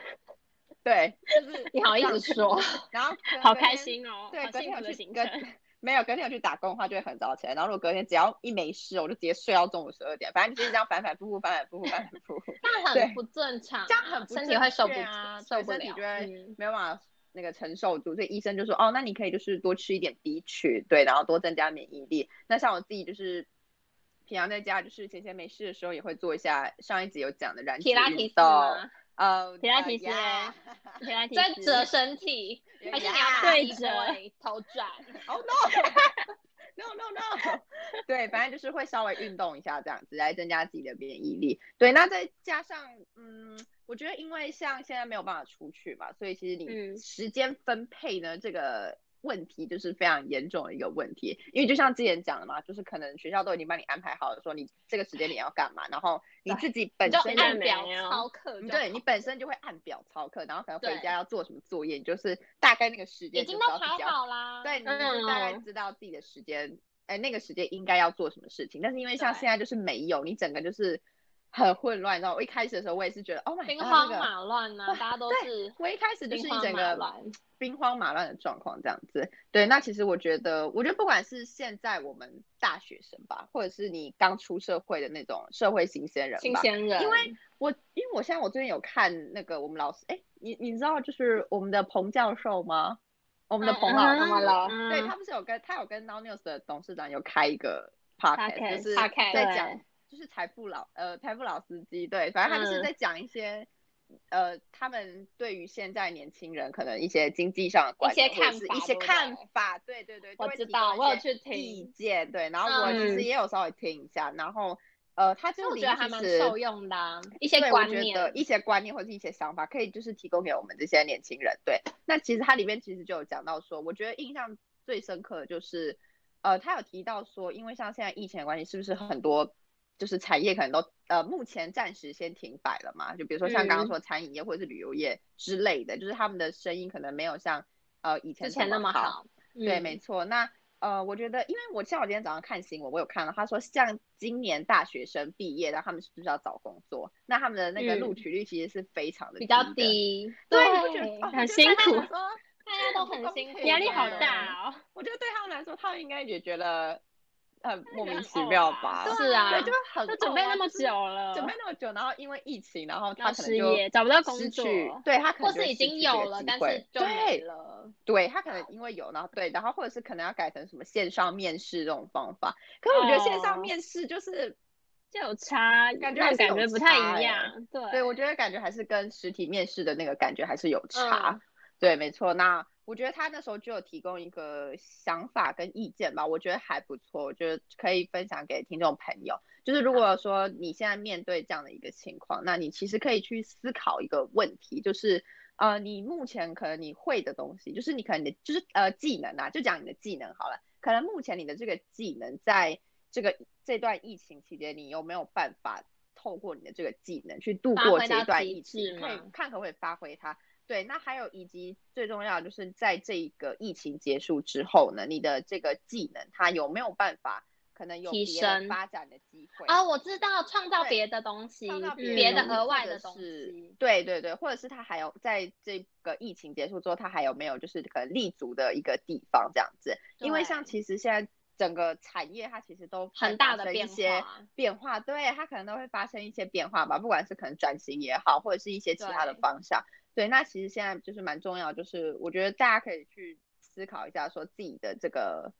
Speaker 2: 对，就是
Speaker 1: 你好意
Speaker 2: 这样
Speaker 1: 思
Speaker 2: 子
Speaker 1: 说，
Speaker 2: 然后可能
Speaker 3: 好
Speaker 2: 隔
Speaker 3: 开
Speaker 2: 天
Speaker 3: 心哦，
Speaker 2: 对，
Speaker 3: 好
Speaker 2: 隔
Speaker 3: 幸
Speaker 2: 天
Speaker 3: 福
Speaker 2: 有
Speaker 3: 的
Speaker 2: 去
Speaker 3: 行
Speaker 2: 隔
Speaker 3: 程。
Speaker 2: 没有隔天有去打工的话，就会很早起来。然后如果隔天只要一没事，我就直接睡到中午十二点。反正就是这样反反复复，反反复复，反反复复，
Speaker 1: 这样
Speaker 2: 对
Speaker 1: 很不正常，
Speaker 2: 这样很不
Speaker 1: 身体
Speaker 2: 正
Speaker 1: 会受不
Speaker 2: 确啊，
Speaker 1: 受
Speaker 2: 对
Speaker 1: 不
Speaker 2: 身体
Speaker 1: 了
Speaker 2: 就。会
Speaker 1: 嗯
Speaker 2: 没有办法那个承受住。所以医生就说，哦，那你可以就是多吃一点 B 群，对，然后多增加免疫力。那像我自己就是。平常在家就是闲闲没事的时候，也会做一下上一集有讲的燃脂
Speaker 1: 皮拉
Speaker 2: 运
Speaker 1: 提斯
Speaker 2: 动
Speaker 1: 吗？
Speaker 2: 呃，
Speaker 3: 皮拉
Speaker 2: 呃
Speaker 3: 提斯
Speaker 2: 呀
Speaker 3: 在
Speaker 1: 在折身体，还是你要把
Speaker 3: 对
Speaker 1: 衣
Speaker 3: 折
Speaker 1: 柜头转？
Speaker 2: Oh no! No no no！对，反正就是会稍微运动一下这样子，来增加自己的免疫力。对，那再加上，嗯，我觉得因为像现在没有办法出去嘛，所以其实你
Speaker 3: 嗯
Speaker 2: 时间分配呢、这个问题就是非常严重的一个问题。因为就像之前讲的嘛，就是可能学校都已经帮你安排好了，说你这个时间点要干嘛，然后你自己
Speaker 1: 你
Speaker 2: 本
Speaker 1: 就
Speaker 2: 身
Speaker 3: 现在
Speaker 1: 按
Speaker 2: 就
Speaker 3: 没
Speaker 1: 表
Speaker 3: 有
Speaker 1: 操课就好，
Speaker 2: 对你本身就会按表操课，然后可能回
Speaker 1: 对
Speaker 2: 家要做什么作业，你就是大概那个时间
Speaker 1: 已经
Speaker 2: 就
Speaker 1: 都
Speaker 2: 知道自
Speaker 1: 排
Speaker 2: 己要
Speaker 1: 好啦。
Speaker 2: 对，你就是大概
Speaker 3: 嗯
Speaker 2: 知道自己的时间，哎、那个时间应该要做什么事情。但是因为像
Speaker 1: 对
Speaker 2: 现在就是没有，你整个就是很混乱，你知道吗？我一开始的时候我也是觉得，Oh my
Speaker 1: 兵
Speaker 2: god，
Speaker 1: 荒
Speaker 2: 那个
Speaker 1: 马乱呐，
Speaker 2: 哇
Speaker 1: 大家都
Speaker 2: 对
Speaker 1: 是
Speaker 2: 我一开始就
Speaker 1: 兵
Speaker 2: 是一
Speaker 1: 荒
Speaker 2: 整
Speaker 1: 马
Speaker 2: 个
Speaker 1: 乱
Speaker 2: 兵荒马乱的状况这样子。对，那其实我觉得，我觉得不管是现在我们大学生吧，或者是你刚出社会的那种社会新鲜人
Speaker 1: 新
Speaker 2: 吧，
Speaker 1: 鲜人，
Speaker 2: 因为我因为我现在我最近有看那个我们老师，哎，你你知道就是我们的彭教授吗？我们的彭老
Speaker 1: 嗯
Speaker 2: 师，
Speaker 1: 怎么了
Speaker 2: 对他不是有跟他有跟 Now News 的董事长有开一个 podcast，
Speaker 3: Podcast，
Speaker 2: 就是
Speaker 1: podcast，
Speaker 2: 在讲就是财富老呃财富老司机，对，反正他就
Speaker 3: 嗯
Speaker 2: 是在讲一些、呃他们对于现在年轻人可能一些经济上的观
Speaker 1: 一些
Speaker 2: 点或者
Speaker 1: 看
Speaker 2: 是
Speaker 1: 法
Speaker 2: 一
Speaker 1: 对
Speaker 2: 些
Speaker 1: 不
Speaker 2: 看
Speaker 1: 对
Speaker 2: 法，对对对，
Speaker 1: 我
Speaker 2: 就会
Speaker 1: 知
Speaker 2: 提
Speaker 1: 道，
Speaker 2: 供一
Speaker 1: 我有
Speaker 2: 些
Speaker 1: 去
Speaker 2: 意
Speaker 1: 听，
Speaker 2: 见，对，然后我其
Speaker 3: 嗯
Speaker 2: 实也有稍微听一下，然后呃他
Speaker 1: 所以
Speaker 2: 就
Speaker 1: 我
Speaker 2: 里
Speaker 1: 觉得
Speaker 2: 面
Speaker 1: 还
Speaker 2: 其
Speaker 1: 蛮
Speaker 2: 实
Speaker 1: 受用的啊，一些
Speaker 2: 对，我
Speaker 1: 观
Speaker 2: 觉得
Speaker 1: 念。
Speaker 2: 一些观念或者一些想法，可以就是提供给我们这些年轻人。对，那其实它里面其实就有讲到说，我觉得印象最深刻的就是，呃，他有提到说，因为像现在疫情的关系，是不是很多就是产业可能都呃目前暂时先停摆了嘛？就比如说像刚刚
Speaker 3: 嗯
Speaker 2: 说餐饮业或者是旅游业之类的，就是他们的生意可能没有像呃以前
Speaker 1: 之前那么
Speaker 2: 好。
Speaker 1: 好，
Speaker 2: 对，
Speaker 1: 嗯
Speaker 2: 没错。那呃，我觉得，因为我像我今天早上看新闻，我有看到他说，像今年大学生毕业，然后他们是不是要找工作？那他们的那个录
Speaker 3: 嗯
Speaker 2: 取率其实是非常的
Speaker 1: 比较
Speaker 2: 的。
Speaker 1: 低，
Speaker 2: 对，你不觉得
Speaker 3: 很
Speaker 2: 哦我觉得对他们
Speaker 3: 辛苦
Speaker 2: 来说
Speaker 1: 大家都很辛苦，
Speaker 2: 对
Speaker 3: 压力好
Speaker 2: 对
Speaker 3: 大哦。
Speaker 2: 我觉得对他们来说，他们应该也觉得很
Speaker 3: 觉得
Speaker 2: 莫名
Speaker 3: 很
Speaker 2: 其
Speaker 3: 呕
Speaker 2: 妙
Speaker 3: 吧
Speaker 2: 吧？
Speaker 1: 是啊
Speaker 2: 对，就很
Speaker 3: 都准
Speaker 2: 呕
Speaker 3: 备
Speaker 2: 啊
Speaker 3: 那么
Speaker 2: 就是
Speaker 3: 久了，
Speaker 2: 准备那么久，然后因为疫情，然后
Speaker 3: 然
Speaker 2: 他
Speaker 3: 后
Speaker 2: 可
Speaker 3: 失
Speaker 2: 能就
Speaker 3: 业，找不到工
Speaker 2: 失
Speaker 3: 作，
Speaker 2: 去，对他可
Speaker 1: 或
Speaker 2: 能
Speaker 1: 是
Speaker 2: 就
Speaker 1: 已
Speaker 2: 会失
Speaker 1: 经
Speaker 2: 去这
Speaker 1: 有
Speaker 2: 个
Speaker 1: 了，
Speaker 2: 机
Speaker 1: 但
Speaker 2: 会
Speaker 1: 是就没
Speaker 2: 对
Speaker 1: 了。
Speaker 2: 对他可能因为有，然后对，然后或者是可能要改成什么线上面试这种方法。可是我觉得线上
Speaker 3: 哦
Speaker 2: 面试就是，
Speaker 3: 就有差，
Speaker 2: 感觉
Speaker 3: 那
Speaker 2: 还是
Speaker 3: 感
Speaker 2: 有
Speaker 3: 觉不
Speaker 2: 差
Speaker 3: 太
Speaker 2: 欸
Speaker 3: 一样。对，
Speaker 2: 对我觉得感觉还是跟实体面试的那个感觉还是有差。对，没错。那我觉得他那时候就有提供一个想法跟意见吧，我觉得还不错，我觉得可以分享给听众朋友。就是如果说你现在面对这样的一个情况，那你其实可以去思考一个问题，就是呃，你目前可能你会的东西，就是你可能你的就是呃技能啊，就讲你的技能好了，可能目前你的这个技能在这个这段疫情期间，你有没有办法透过你的这个技能去度
Speaker 1: 发
Speaker 2: 过
Speaker 1: 挥
Speaker 2: 这
Speaker 1: 到
Speaker 2: 段
Speaker 1: 极
Speaker 2: 疫情？
Speaker 1: 致
Speaker 2: 可以
Speaker 1: 吗
Speaker 2: 看可不可以发挥它。对，那还有以及最重要的就是在这一个疫情结束之后呢，你的这个技能它有没有办法可能有
Speaker 1: 提
Speaker 2: 别的
Speaker 1: 升
Speaker 2: 发展的机会？
Speaker 1: 哦，我知道，创造
Speaker 2: 对
Speaker 1: 别的东西，嗯
Speaker 2: 创造
Speaker 1: 别
Speaker 2: 的
Speaker 1: 的
Speaker 2: 东西
Speaker 1: 额外的
Speaker 2: 或
Speaker 1: 东
Speaker 2: 者是
Speaker 1: 西。
Speaker 2: 对对对，或者是他还有在这个疫情结束之后，他还有没有就是可能立足的一个地方这样子？因为
Speaker 1: 对
Speaker 2: 像其实现在整个产业它其实都
Speaker 1: 很
Speaker 2: 在
Speaker 1: 大
Speaker 2: 发
Speaker 1: 的
Speaker 2: 生
Speaker 1: 变
Speaker 2: 一些
Speaker 1: 化
Speaker 2: 变化，对它可能都会发生一些变化吧，不管是可能转型也好，或者是一些其他的
Speaker 1: 对
Speaker 2: 方向。对，那其实现在就是蛮重要，就是我觉得大家可以去思考一下，说自己的这个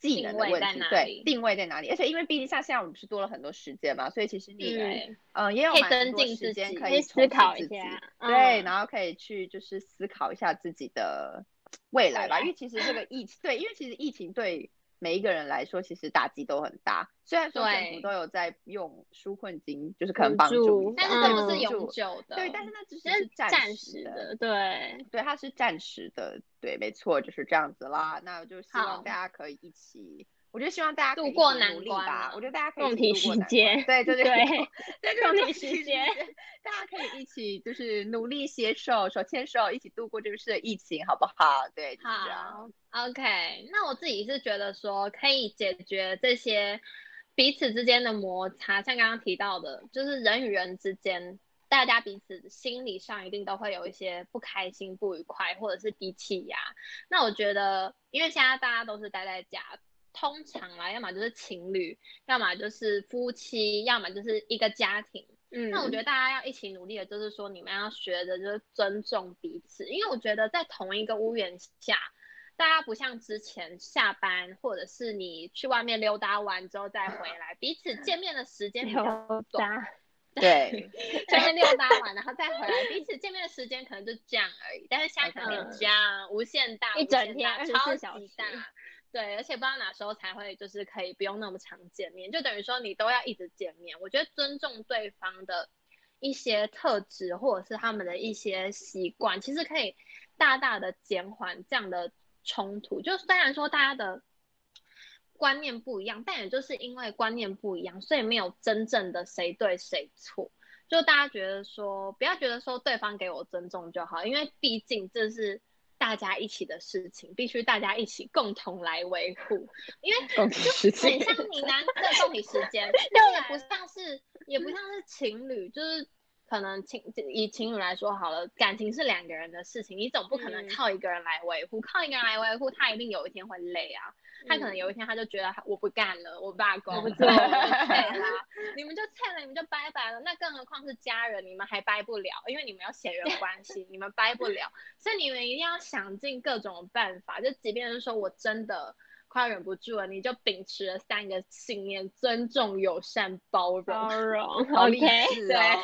Speaker 2: 技
Speaker 1: 定
Speaker 2: 能的
Speaker 1: 位
Speaker 2: 问
Speaker 1: 在
Speaker 2: 题
Speaker 1: 哪，
Speaker 2: 对
Speaker 1: 里，
Speaker 2: 定位在哪里？而且因为毕竟像现在我们不是多了很多时间嘛，所以其实你
Speaker 1: 对，
Speaker 2: 呃，也有
Speaker 1: 可以
Speaker 2: 蛮
Speaker 1: 增
Speaker 2: 多
Speaker 1: 进
Speaker 2: 时
Speaker 1: 自
Speaker 2: 间
Speaker 1: 己
Speaker 2: 可
Speaker 1: 可以
Speaker 2: 以
Speaker 1: 思
Speaker 2: 充实
Speaker 1: 考一
Speaker 2: 自己
Speaker 1: 下
Speaker 2: 对，
Speaker 1: 嗯
Speaker 2: 然后可以去就是思考一下自己的未来吧，因为其实这个疫情，对，因为其实疫情对每一个人来说，其实打击都很大。虽然说政府
Speaker 1: 对
Speaker 2: 都有在用纾困金，就是可能
Speaker 3: 补
Speaker 2: 帮助
Speaker 3: 助
Speaker 2: 你，
Speaker 1: 但是
Speaker 2: 对
Speaker 1: 这不
Speaker 3: 嗯
Speaker 1: 是永
Speaker 2: 补助
Speaker 1: 久的，哦
Speaker 2: 对，但是那只
Speaker 3: 那
Speaker 2: 是
Speaker 3: 暂
Speaker 2: 时
Speaker 3: 时的，
Speaker 2: 的，
Speaker 3: 对，
Speaker 2: 对，它是暂时的，对，没错，就是这样子啦。那我就希望
Speaker 1: 好
Speaker 2: 大家可以一起。我就希望大家可
Speaker 1: 度
Speaker 2: 以一
Speaker 1: 过
Speaker 2: 起
Speaker 1: 难
Speaker 2: 努力
Speaker 1: 关
Speaker 2: 吧
Speaker 1: 啊，
Speaker 2: 我觉得大家可以
Speaker 3: 共
Speaker 2: 一
Speaker 3: 体
Speaker 2: 起度过
Speaker 3: 时
Speaker 2: 难关
Speaker 3: 间
Speaker 2: 对对
Speaker 3: 对
Speaker 2: 对，对，就是
Speaker 3: 共体
Speaker 2: 共体
Speaker 3: 时
Speaker 2: 时
Speaker 3: 间
Speaker 2: 间，大家可以一起就是努力携手，手牵手一起度过这次的疫情，好不好？对，就是这样。
Speaker 1: 好，OK。那我自己是觉得说，可以解决这些彼此之间的摩擦，像刚刚提到的，就是人与人之间，大家彼此心理上一定都会有一些不开心、不愉快，或者是低气压。那我觉得，因为现在大家都是待在家。通常啦，要么就是情侣，要么就是夫妻，要么就是一个家庭。
Speaker 3: 嗯，
Speaker 1: 那我觉得大家要一起努力的，就是说你们要学的就是尊重彼此，因为我觉得在同一个屋檐下，大家不像之前下班或者是你去外面溜达完之后再回来，彼此见面的时间比 较
Speaker 3: 有渣，
Speaker 2: 对，
Speaker 1: 在那边溜达完然后再回来，彼此见面的时间可能就这样而已。但是现在可能
Speaker 3: 嗯
Speaker 1: 这样无限大，
Speaker 3: 一
Speaker 1: 无限
Speaker 3: 整天
Speaker 1: 大
Speaker 3: 24
Speaker 1: 超
Speaker 3: 小
Speaker 1: 级
Speaker 3: 时
Speaker 1: 大。对，而且不知道哪时候才会就是可以不用那么常见面，就等于说你都要一直见面。我觉得尊重对方的一些特质或者是他们的一些习惯，其实可以大大的减缓这样的冲突。就虽然说大家的观念不一样，但也就是因为观念不一样，所以没有真正的谁对谁错。就大家觉得说，不要觉得说对方给我尊重就好，因为毕竟这是大家一起的事情，必须大家一起共同来维护。因为
Speaker 2: 共体时
Speaker 1: 很
Speaker 2: 间。
Speaker 1: 像你男的共体时间，但也不像是也不像是情侣，就是可能情以情侣来说好了，感情是两个人的事情，你总不可能
Speaker 3: 嗯
Speaker 1: 靠一个人来维护，靠一个人来维护，他一定有一天会累啊。他可能有一天他就觉得我不干了，我罢工，
Speaker 3: 嗯不
Speaker 1: 我
Speaker 3: 做
Speaker 1: 就
Speaker 3: 了
Speaker 1: 退啦，你们就撤了，你们就拜拜了。那更何况是家人，你们还掰不了，因为你们有血缘关系，你们掰不 了，所以你们一定要想尽各种办法。就即便是说我真的快忍不住了，你就秉持了三个信念：尊重、友善、包容。
Speaker 3: 包容
Speaker 2: 好励
Speaker 3: ，OK，
Speaker 2: 志
Speaker 3: 对，
Speaker 2: 哦！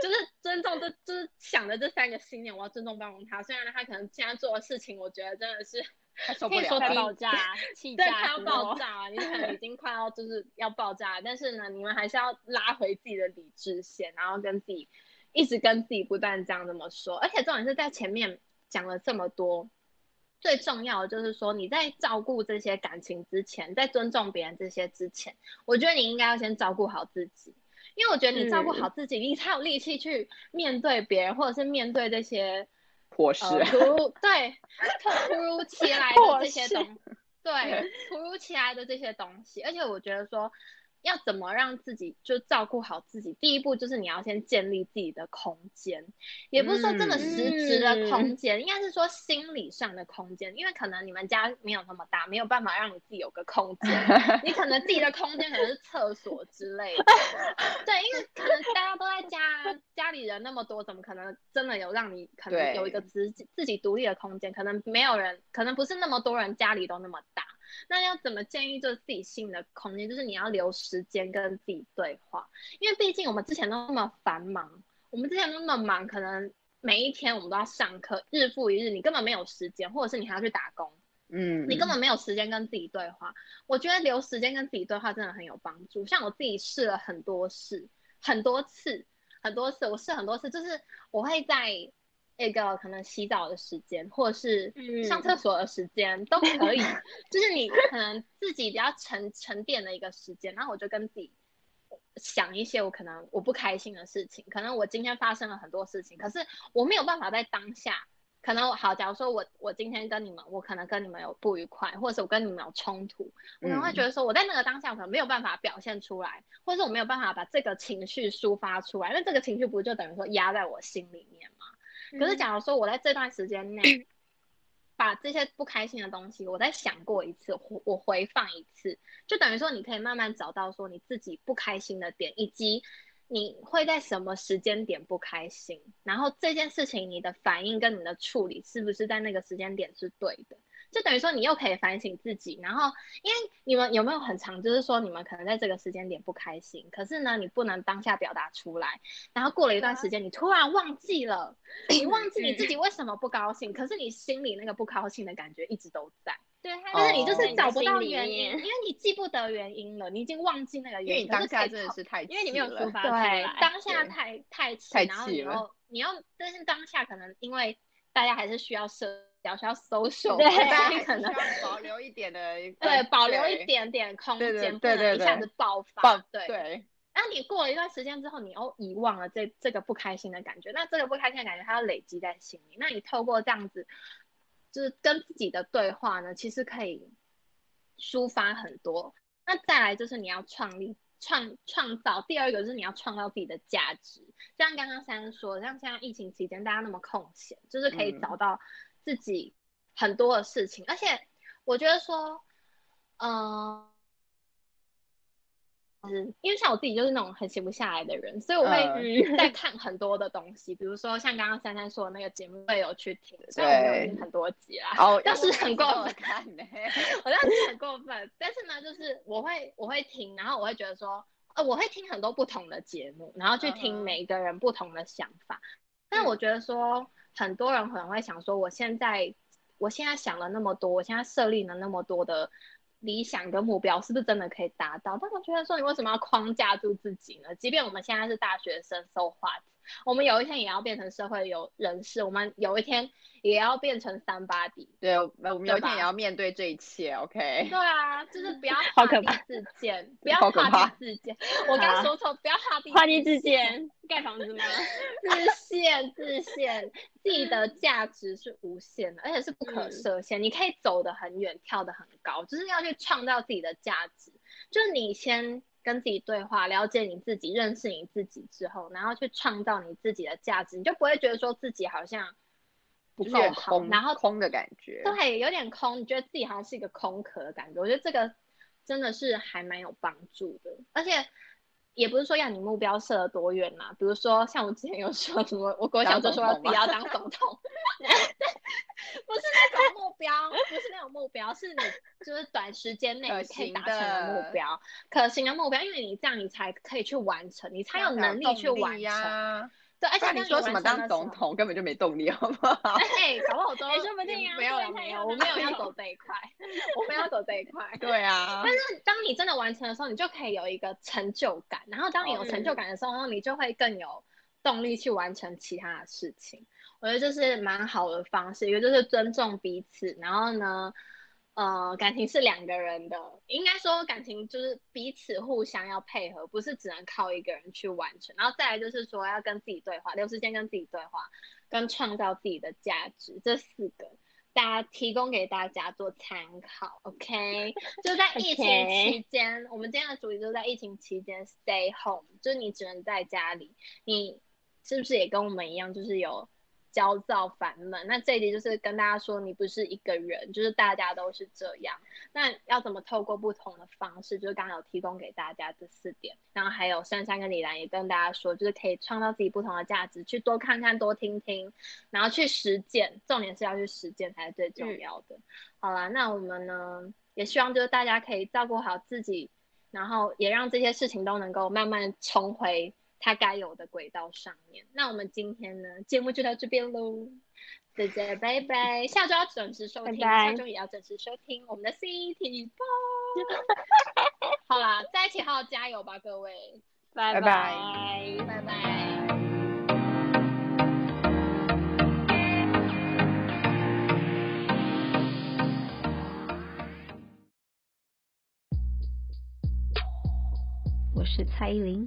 Speaker 1: 就是尊重这，就是想着这三个信念，我要尊重包容他。虽然他可能现在做的事情，我觉得真的是
Speaker 2: 他受不
Speaker 3: 可以
Speaker 2: 了
Speaker 3: 说
Speaker 2: 了
Speaker 3: 快爆炸，气
Speaker 1: 对，
Speaker 3: 炸
Speaker 1: 快要
Speaker 3: 之
Speaker 1: 爆
Speaker 3: 后
Speaker 1: 炸，你可 能已经快要就是要爆炸，但是呢，你们还是要拉回自己的理智线，然后跟自己一直跟自己不断这样这么说，而且重点是在前面讲了这么多。最重要的就是说，你在照顾这些感情之前，在尊重别人这些之前，我觉得你应该要先照顾好自己，因为我觉得你照顾
Speaker 3: 嗯
Speaker 1: 好自己，你才有力气去面对别人，或者是面对这些
Speaker 2: 火势，
Speaker 1: 呃、突如对突突如其来的这些东，对突如其来的这些东西，而且我觉得说。要怎么让自己就照顾好自己？第一步就是你要先建立自己的空间，也不是说真的实质的空间，应该是说心理上的空间。因为可能你们家没有那么大，没有办法让你自己有个空间，你可能自己的空间可能是厕所之类的，对，因为可能大家都在家，家里人那么多，怎么可能真的有让你可能
Speaker 2: 对
Speaker 1: 有一个自己自己独立的空间？可能没有人，可能不是那么多人家里都那么大。那要怎么建议就是自己心里的空间？就是你要留时间跟自己对话，因为毕竟我们之前都那么繁忙，我们之前都那么忙，可能每一天我们都要上课，日复一日，你根本没有时间，或者是你还要去打工，
Speaker 2: 嗯，
Speaker 1: 你根本没有时间跟自己对话。我觉得留时间跟自己对话真的很有帮助。像我自己试了很多事，很多次，很多次，我试很多次，就是我会在一个可能洗澡的时间，或者是
Speaker 3: 嗯
Speaker 1: 上厕所的时间都可以，就是你可能自己比较沉沉淀的一个时间，然后我就跟自己想一些我可能我不开心的事情，可能我今天发生了很多事情，可是我没有办法在当下。可能我好，假如说我我今天跟你们，我可能跟你们有不愉快，或者是我跟你们有冲突，我可能会
Speaker 2: 嗯
Speaker 1: 觉得说我在那个当下我可能没有办法表现出来，或者是我没有办法把这个情绪抒发出来，那这个情绪不就等于说压在我心里面吗？
Speaker 3: 嗯
Speaker 1: 可是假如说我在这段时间内，把这些不开心的东西，我再想过一次，我我回放一次，就等于说你可以慢慢找到说你自己不开心的点，以及你会在什么时间点不开心，然后这件事情你的反应跟你的处理是不是在那个时间点是对的。就等于说你又可以反省自己，然后因为你们有没有很常就是说你们可能在这个时间点不开心，可是呢你不能当下表达出来，然后过了一段时间你突然忘记了，你忘记你自己为什么不高兴，可是你心里那个不高兴的感觉一直都在，
Speaker 3: 对，它
Speaker 1: 但是你
Speaker 2: 哦
Speaker 1: 就是找不到原
Speaker 3: 原
Speaker 1: 因，因
Speaker 3: 因，
Speaker 1: 为你记不得原因了，你已经忘记那个
Speaker 2: 因
Speaker 1: 原
Speaker 2: 为
Speaker 1: 因，
Speaker 2: 你
Speaker 1: 可
Speaker 2: 当
Speaker 1: 是
Speaker 2: 下
Speaker 1: 可以
Speaker 2: 真的
Speaker 1: 靠
Speaker 2: 是太
Speaker 3: 因为你没有
Speaker 2: 气
Speaker 3: 抒
Speaker 2: 了
Speaker 3: 发出
Speaker 1: 对
Speaker 3: 来，
Speaker 1: 当下
Speaker 2: 对
Speaker 1: 太太气，
Speaker 2: 太
Speaker 1: 然后
Speaker 2: 气
Speaker 1: 你
Speaker 2: 了
Speaker 1: 又你要，但是当下可能因为大家还是需要社交，需要 social，
Speaker 3: 对
Speaker 1: 所以
Speaker 2: 大家还是
Speaker 1: 可能
Speaker 2: 需要保留一点的，
Speaker 1: 对保留一
Speaker 2: 对
Speaker 1: 点点空
Speaker 2: 对
Speaker 1: 间，
Speaker 2: 对
Speaker 1: 不
Speaker 2: 对
Speaker 1: 能
Speaker 2: 对
Speaker 1: 一下
Speaker 2: 对
Speaker 1: 子爆发。
Speaker 2: 棒，
Speaker 1: 对，
Speaker 2: 对，
Speaker 1: 那你过了一段时间之后，你又遗忘了这这个不开心的感觉，那这个不开心的感觉它要累积在心里。那你透过这样子，就是跟自己的对话呢，其实可以抒发很多。那再来就是你要创立创创造，第二个就是你要创造自己的价值。就像刚刚珊说，像现在疫情期间大家那么空闲，就是可以
Speaker 2: 嗯
Speaker 1: 找到自己很多的事情，而且我觉得说，嗯、嗯，因为像我自己就是那种很闲不下来的人，所以我会
Speaker 3: 嗯，
Speaker 1: 在看很多的东西，比如说像刚刚珊珊说的那个节目，会有去听，虽然我没有听很多集啦，
Speaker 2: 哦，
Speaker 1: 但是
Speaker 2: 我
Speaker 1: 很
Speaker 2: 知
Speaker 1: 过
Speaker 2: 道
Speaker 1: 分
Speaker 2: 看呢，
Speaker 1: 我这样子很过分，但是呢，就是我会我会听，然后我会觉得说，呃，我会听很多不同的节目，然后去
Speaker 2: 嗯
Speaker 1: 听
Speaker 2: 哼
Speaker 1: 每一个人不同的想法。但
Speaker 2: 嗯
Speaker 1: 我觉得说，很多人可能会想说，我现在我现在想了那么多，我现在设立了那么多的理想跟目标，是不是真的可以达到？但我觉得说，你为什么要框架住自己呢？即便我们现在是大学生，so what？我们有一天也要变成社会有人士，我们有一天也要变成三八底，
Speaker 2: 对，我我们有一天
Speaker 1: 吧
Speaker 2: 也要面对这一切，OK，
Speaker 1: 对啊，就是不要
Speaker 3: 好
Speaker 1: 画
Speaker 3: 可
Speaker 1: 地
Speaker 3: 怕
Speaker 1: 自荐，不要
Speaker 2: 好可
Speaker 1: 画
Speaker 2: 怕
Speaker 1: 地自荐。我刚
Speaker 3: 好
Speaker 1: 说错，不要画地
Speaker 3: 画地自限， 盖 房子吗？
Speaker 1: 自限，自限，自己的价值是无限的，而且是不可
Speaker 3: 嗯
Speaker 1: 设限。你可以走得很远，跳得很高，就是要去创造自己的价值。就是你先跟自己对话，了解你自己，认识你自己之后，然后去创造你自己的价值，你就不会觉得说自己好像不
Speaker 2: 就是有
Speaker 1: 够
Speaker 2: 点
Speaker 1: 好，
Speaker 2: 空，
Speaker 1: 然后
Speaker 2: 空的感觉，
Speaker 1: 对，有点空，你觉得自己好像是一个空壳的感觉。我觉得这个真的是还蛮有帮助的，而且也不是说要你目标设得多远嘛。比如说，像我之前有说什么，我国小
Speaker 2: 当
Speaker 1: 就说
Speaker 2: 总
Speaker 1: 要
Speaker 2: 统
Speaker 1: 自己
Speaker 2: 吗
Speaker 1: 要当总统， 不是那种目标，不是那种目标，是你就是短时间内
Speaker 2: 可
Speaker 1: 你可以
Speaker 2: 行
Speaker 1: 达成的目
Speaker 2: 的
Speaker 1: 标，可行的目标，因为你这样你才可以去完成，你才有能力去完成。
Speaker 2: 呀。
Speaker 1: 对，而且
Speaker 2: 不然你
Speaker 1: 当
Speaker 2: 说
Speaker 1: 完
Speaker 2: 什么
Speaker 1: 成
Speaker 2: 当
Speaker 1: 的时
Speaker 2: 总
Speaker 1: 候
Speaker 2: 统根本就没动力，好不好？
Speaker 1: 哎、搞不好我都、
Speaker 3: 哎说不定啊
Speaker 1: 没有
Speaker 3: 说
Speaker 1: 了，
Speaker 3: 不定他
Speaker 1: 没
Speaker 3: 也
Speaker 1: 有，
Speaker 3: 要
Speaker 1: 我没
Speaker 3: 当
Speaker 1: 有要
Speaker 3: 总
Speaker 1: 走
Speaker 3: 统
Speaker 1: 这一块， 我没有要走这一块。
Speaker 2: 对啊
Speaker 1: 但，是当你真的完成的时候，你就可以有一个成就感，然后当你有成就感的时候，你就会更有动力去完成其他的事情。我觉得这是蛮好的方式，一个就是尊重彼此，然后呢，呃，感情是两个人的，应该说感情就是彼此互相要配合，不是只能靠一个人去完成。然后再来就是说要跟自己对话，留时间跟自己对话，跟创造自己的价值，这四个。大家提供给大家做参考，OK？就在疫情
Speaker 3: OK
Speaker 1: 期间我们今天的主题就是在疫情期间 stay home，就是你只能在家里，你是不是也跟我们一样，就是有焦躁烦闷？那这一集就是跟大家说，你不是一个人，就是大家都是这样。那要怎么透过不同的方式，就是刚刚有提供给大家这四点，然后还有珊珊跟李兰也跟大家说，就是可以创造自己不同的价值，去多看看、多听听，然后去实践，重点是要去实践才是最重
Speaker 3: 嗯
Speaker 1: 要的。好啦，那我们呢也希望就是大家可以照顾好自己，然后也让这些事情都能够慢慢重回它该有的轨道上面。那我们今天呢，节目就到这边喽，大家拜拜，下周要准时收听，
Speaker 3: 拜拜
Speaker 1: 下周也要准时收听我们的 CT 吧。好啦，在一起好好加油吧，各位，
Speaker 3: 拜
Speaker 2: 拜
Speaker 3: 拜
Speaker 1: 拜拜。
Speaker 4: 我是蔡依林。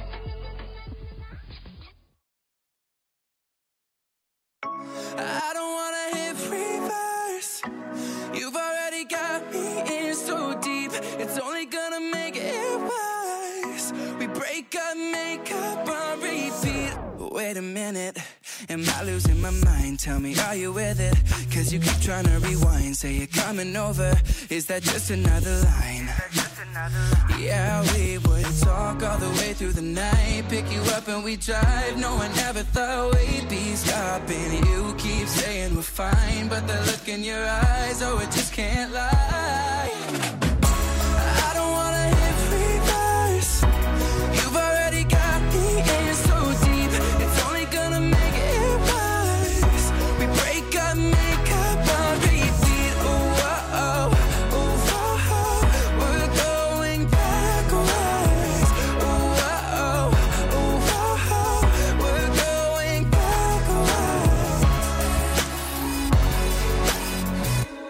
Speaker 5: I don't wanna hit reverse. You've already got me in so deep. It's only gonna make it worse. We break up, make up on repeat. Wait a minute, am I losing my mind? Tell me, are you with it? Cause you keep trying to rewind. Say you're coming over. Is that just another line? Yeah, we would talk all the way through the night. Pick you up and we drive. No one ever thought we'd be stopping. You keep saying we're fine, but the look in your eyes, oh, it just can't lie. I don't wanna hit reverse. You've already got me in so deep. It's only gonna make it worse. We break up, make up, on repeat. Oh, oh, oh, oh, oh, oh. We're going backwards. Oh, oh, oh, oh, oh, oh. We're going backwards.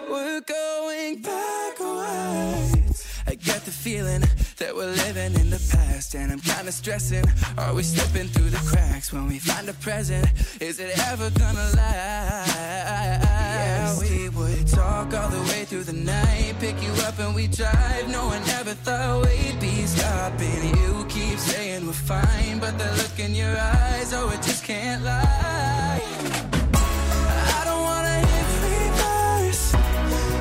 Speaker 5: We're going backwards. I got the feeling that we're living in the past, and I'm kinda stressing. Are we slipping through the cracks when we find a present? Is it ever gonna last? Yeah, we would talk all the way through the night, pick you up and we drive. No one ever thought we'd be stopping. You keep saying we're fine, but the look in your eyes, oh, it just can't lie. I don't wanna hit reverse.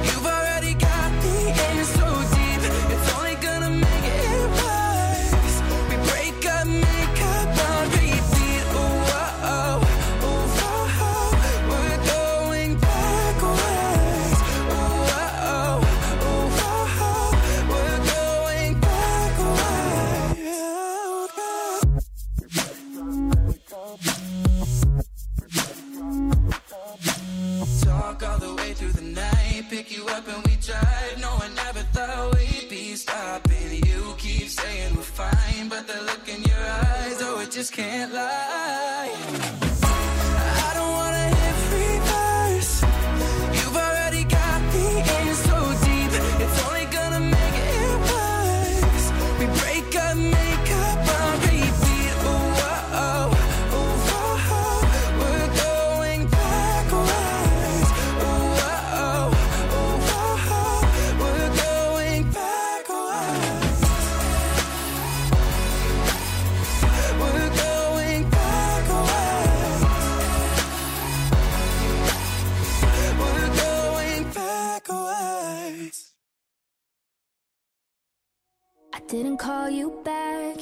Speaker 5: You've already got me in so deep. It's only gonna make it worse. We break up, make up on repeat. Oh, oh, oh, oh, oh, oh. We're going backwards. Oh, oh, oh, oh, oh, oh. We're going backwards. Talk all the way through the night. Pick you up and we drive. No one ever thought we'd be stopping. You keep saying we're fine, but the look in your eyes, oh, it just can't lie. I don't wanna hit reverse. You've already got me in so deep. It's only gonna make it worse. We break up, make up on repeat. Oh, oh, oh, oh, oh, oh. We're going backwards. Oh, oh, oh, oh, oh, oh. We're going backwards. We're going backwards. We're going backwards.
Speaker 6: I didn't call you back,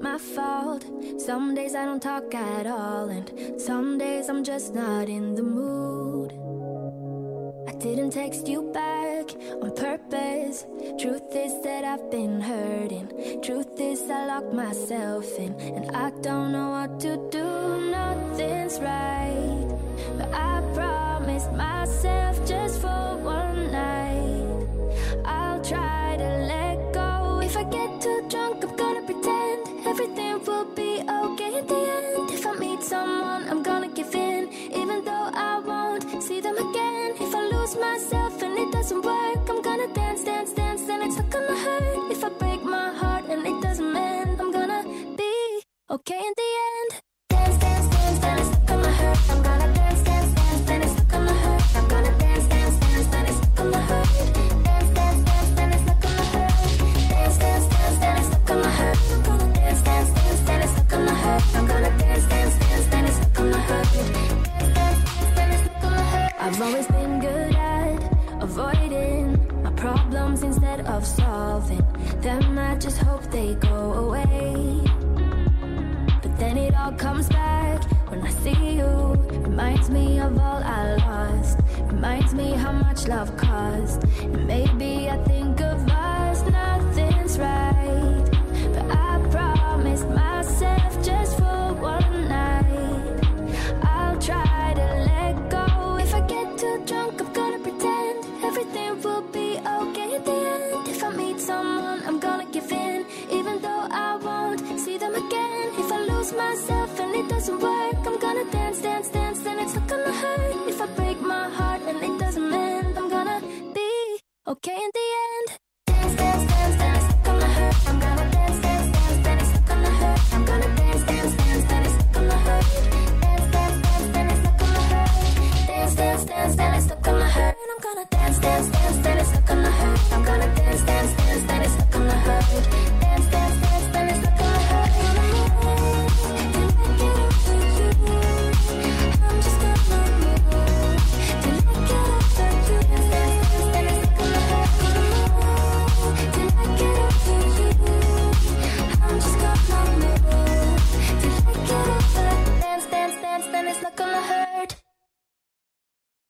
Speaker 6: my fault. Some days I don't talk at all, and some days I'm just not in the mood. I didn't text you back on purpose. Truth is that I've been hurting. Truth is I locked myself in, and I don't know what to do. Nothing's right, but I promised myself just for one night. I'll try to let go. If I get too drunk, I'm gonna pretend everything will be okay in the end. If I meet someone, I'm gonna give in, even though I won't see them again. If I lose myself and it doesn't work, I'm gonna dance, dance, dance, and it's not gonna hurt. If I break my heart and it doesn't mend, I'm gonna be okay in the end. Dance, dance, dance, then it's not gonna hurt. I'm gonna dance, dance, dance, then it's not gonna hurt. I'm gonna dance, dance, dance, then it's not gonna hurt. Dance, dance, dance, then it's not gonna hurt. Dance, dance, dance, then it's not gonna hurt. I'm gonna dance, dance, dance, then it's not gonna hurt. I'm gonna dance, dance, dance, then it's not gonna hurt. Dance, dance, dance, then me of all I lost. Reminds me how much love cost. And maybe I think of us, nothing's right. But I promised myself just for one night. I'll try to let go. If I get too drunk, I'm gonna pretend everything will be okay at the end. If I meet someone, I'm gonna give in, even though I won't see them again. If I lose myself and it doesn't work, I'm gonna dance, dance, dance, and it's not gonna hurt. If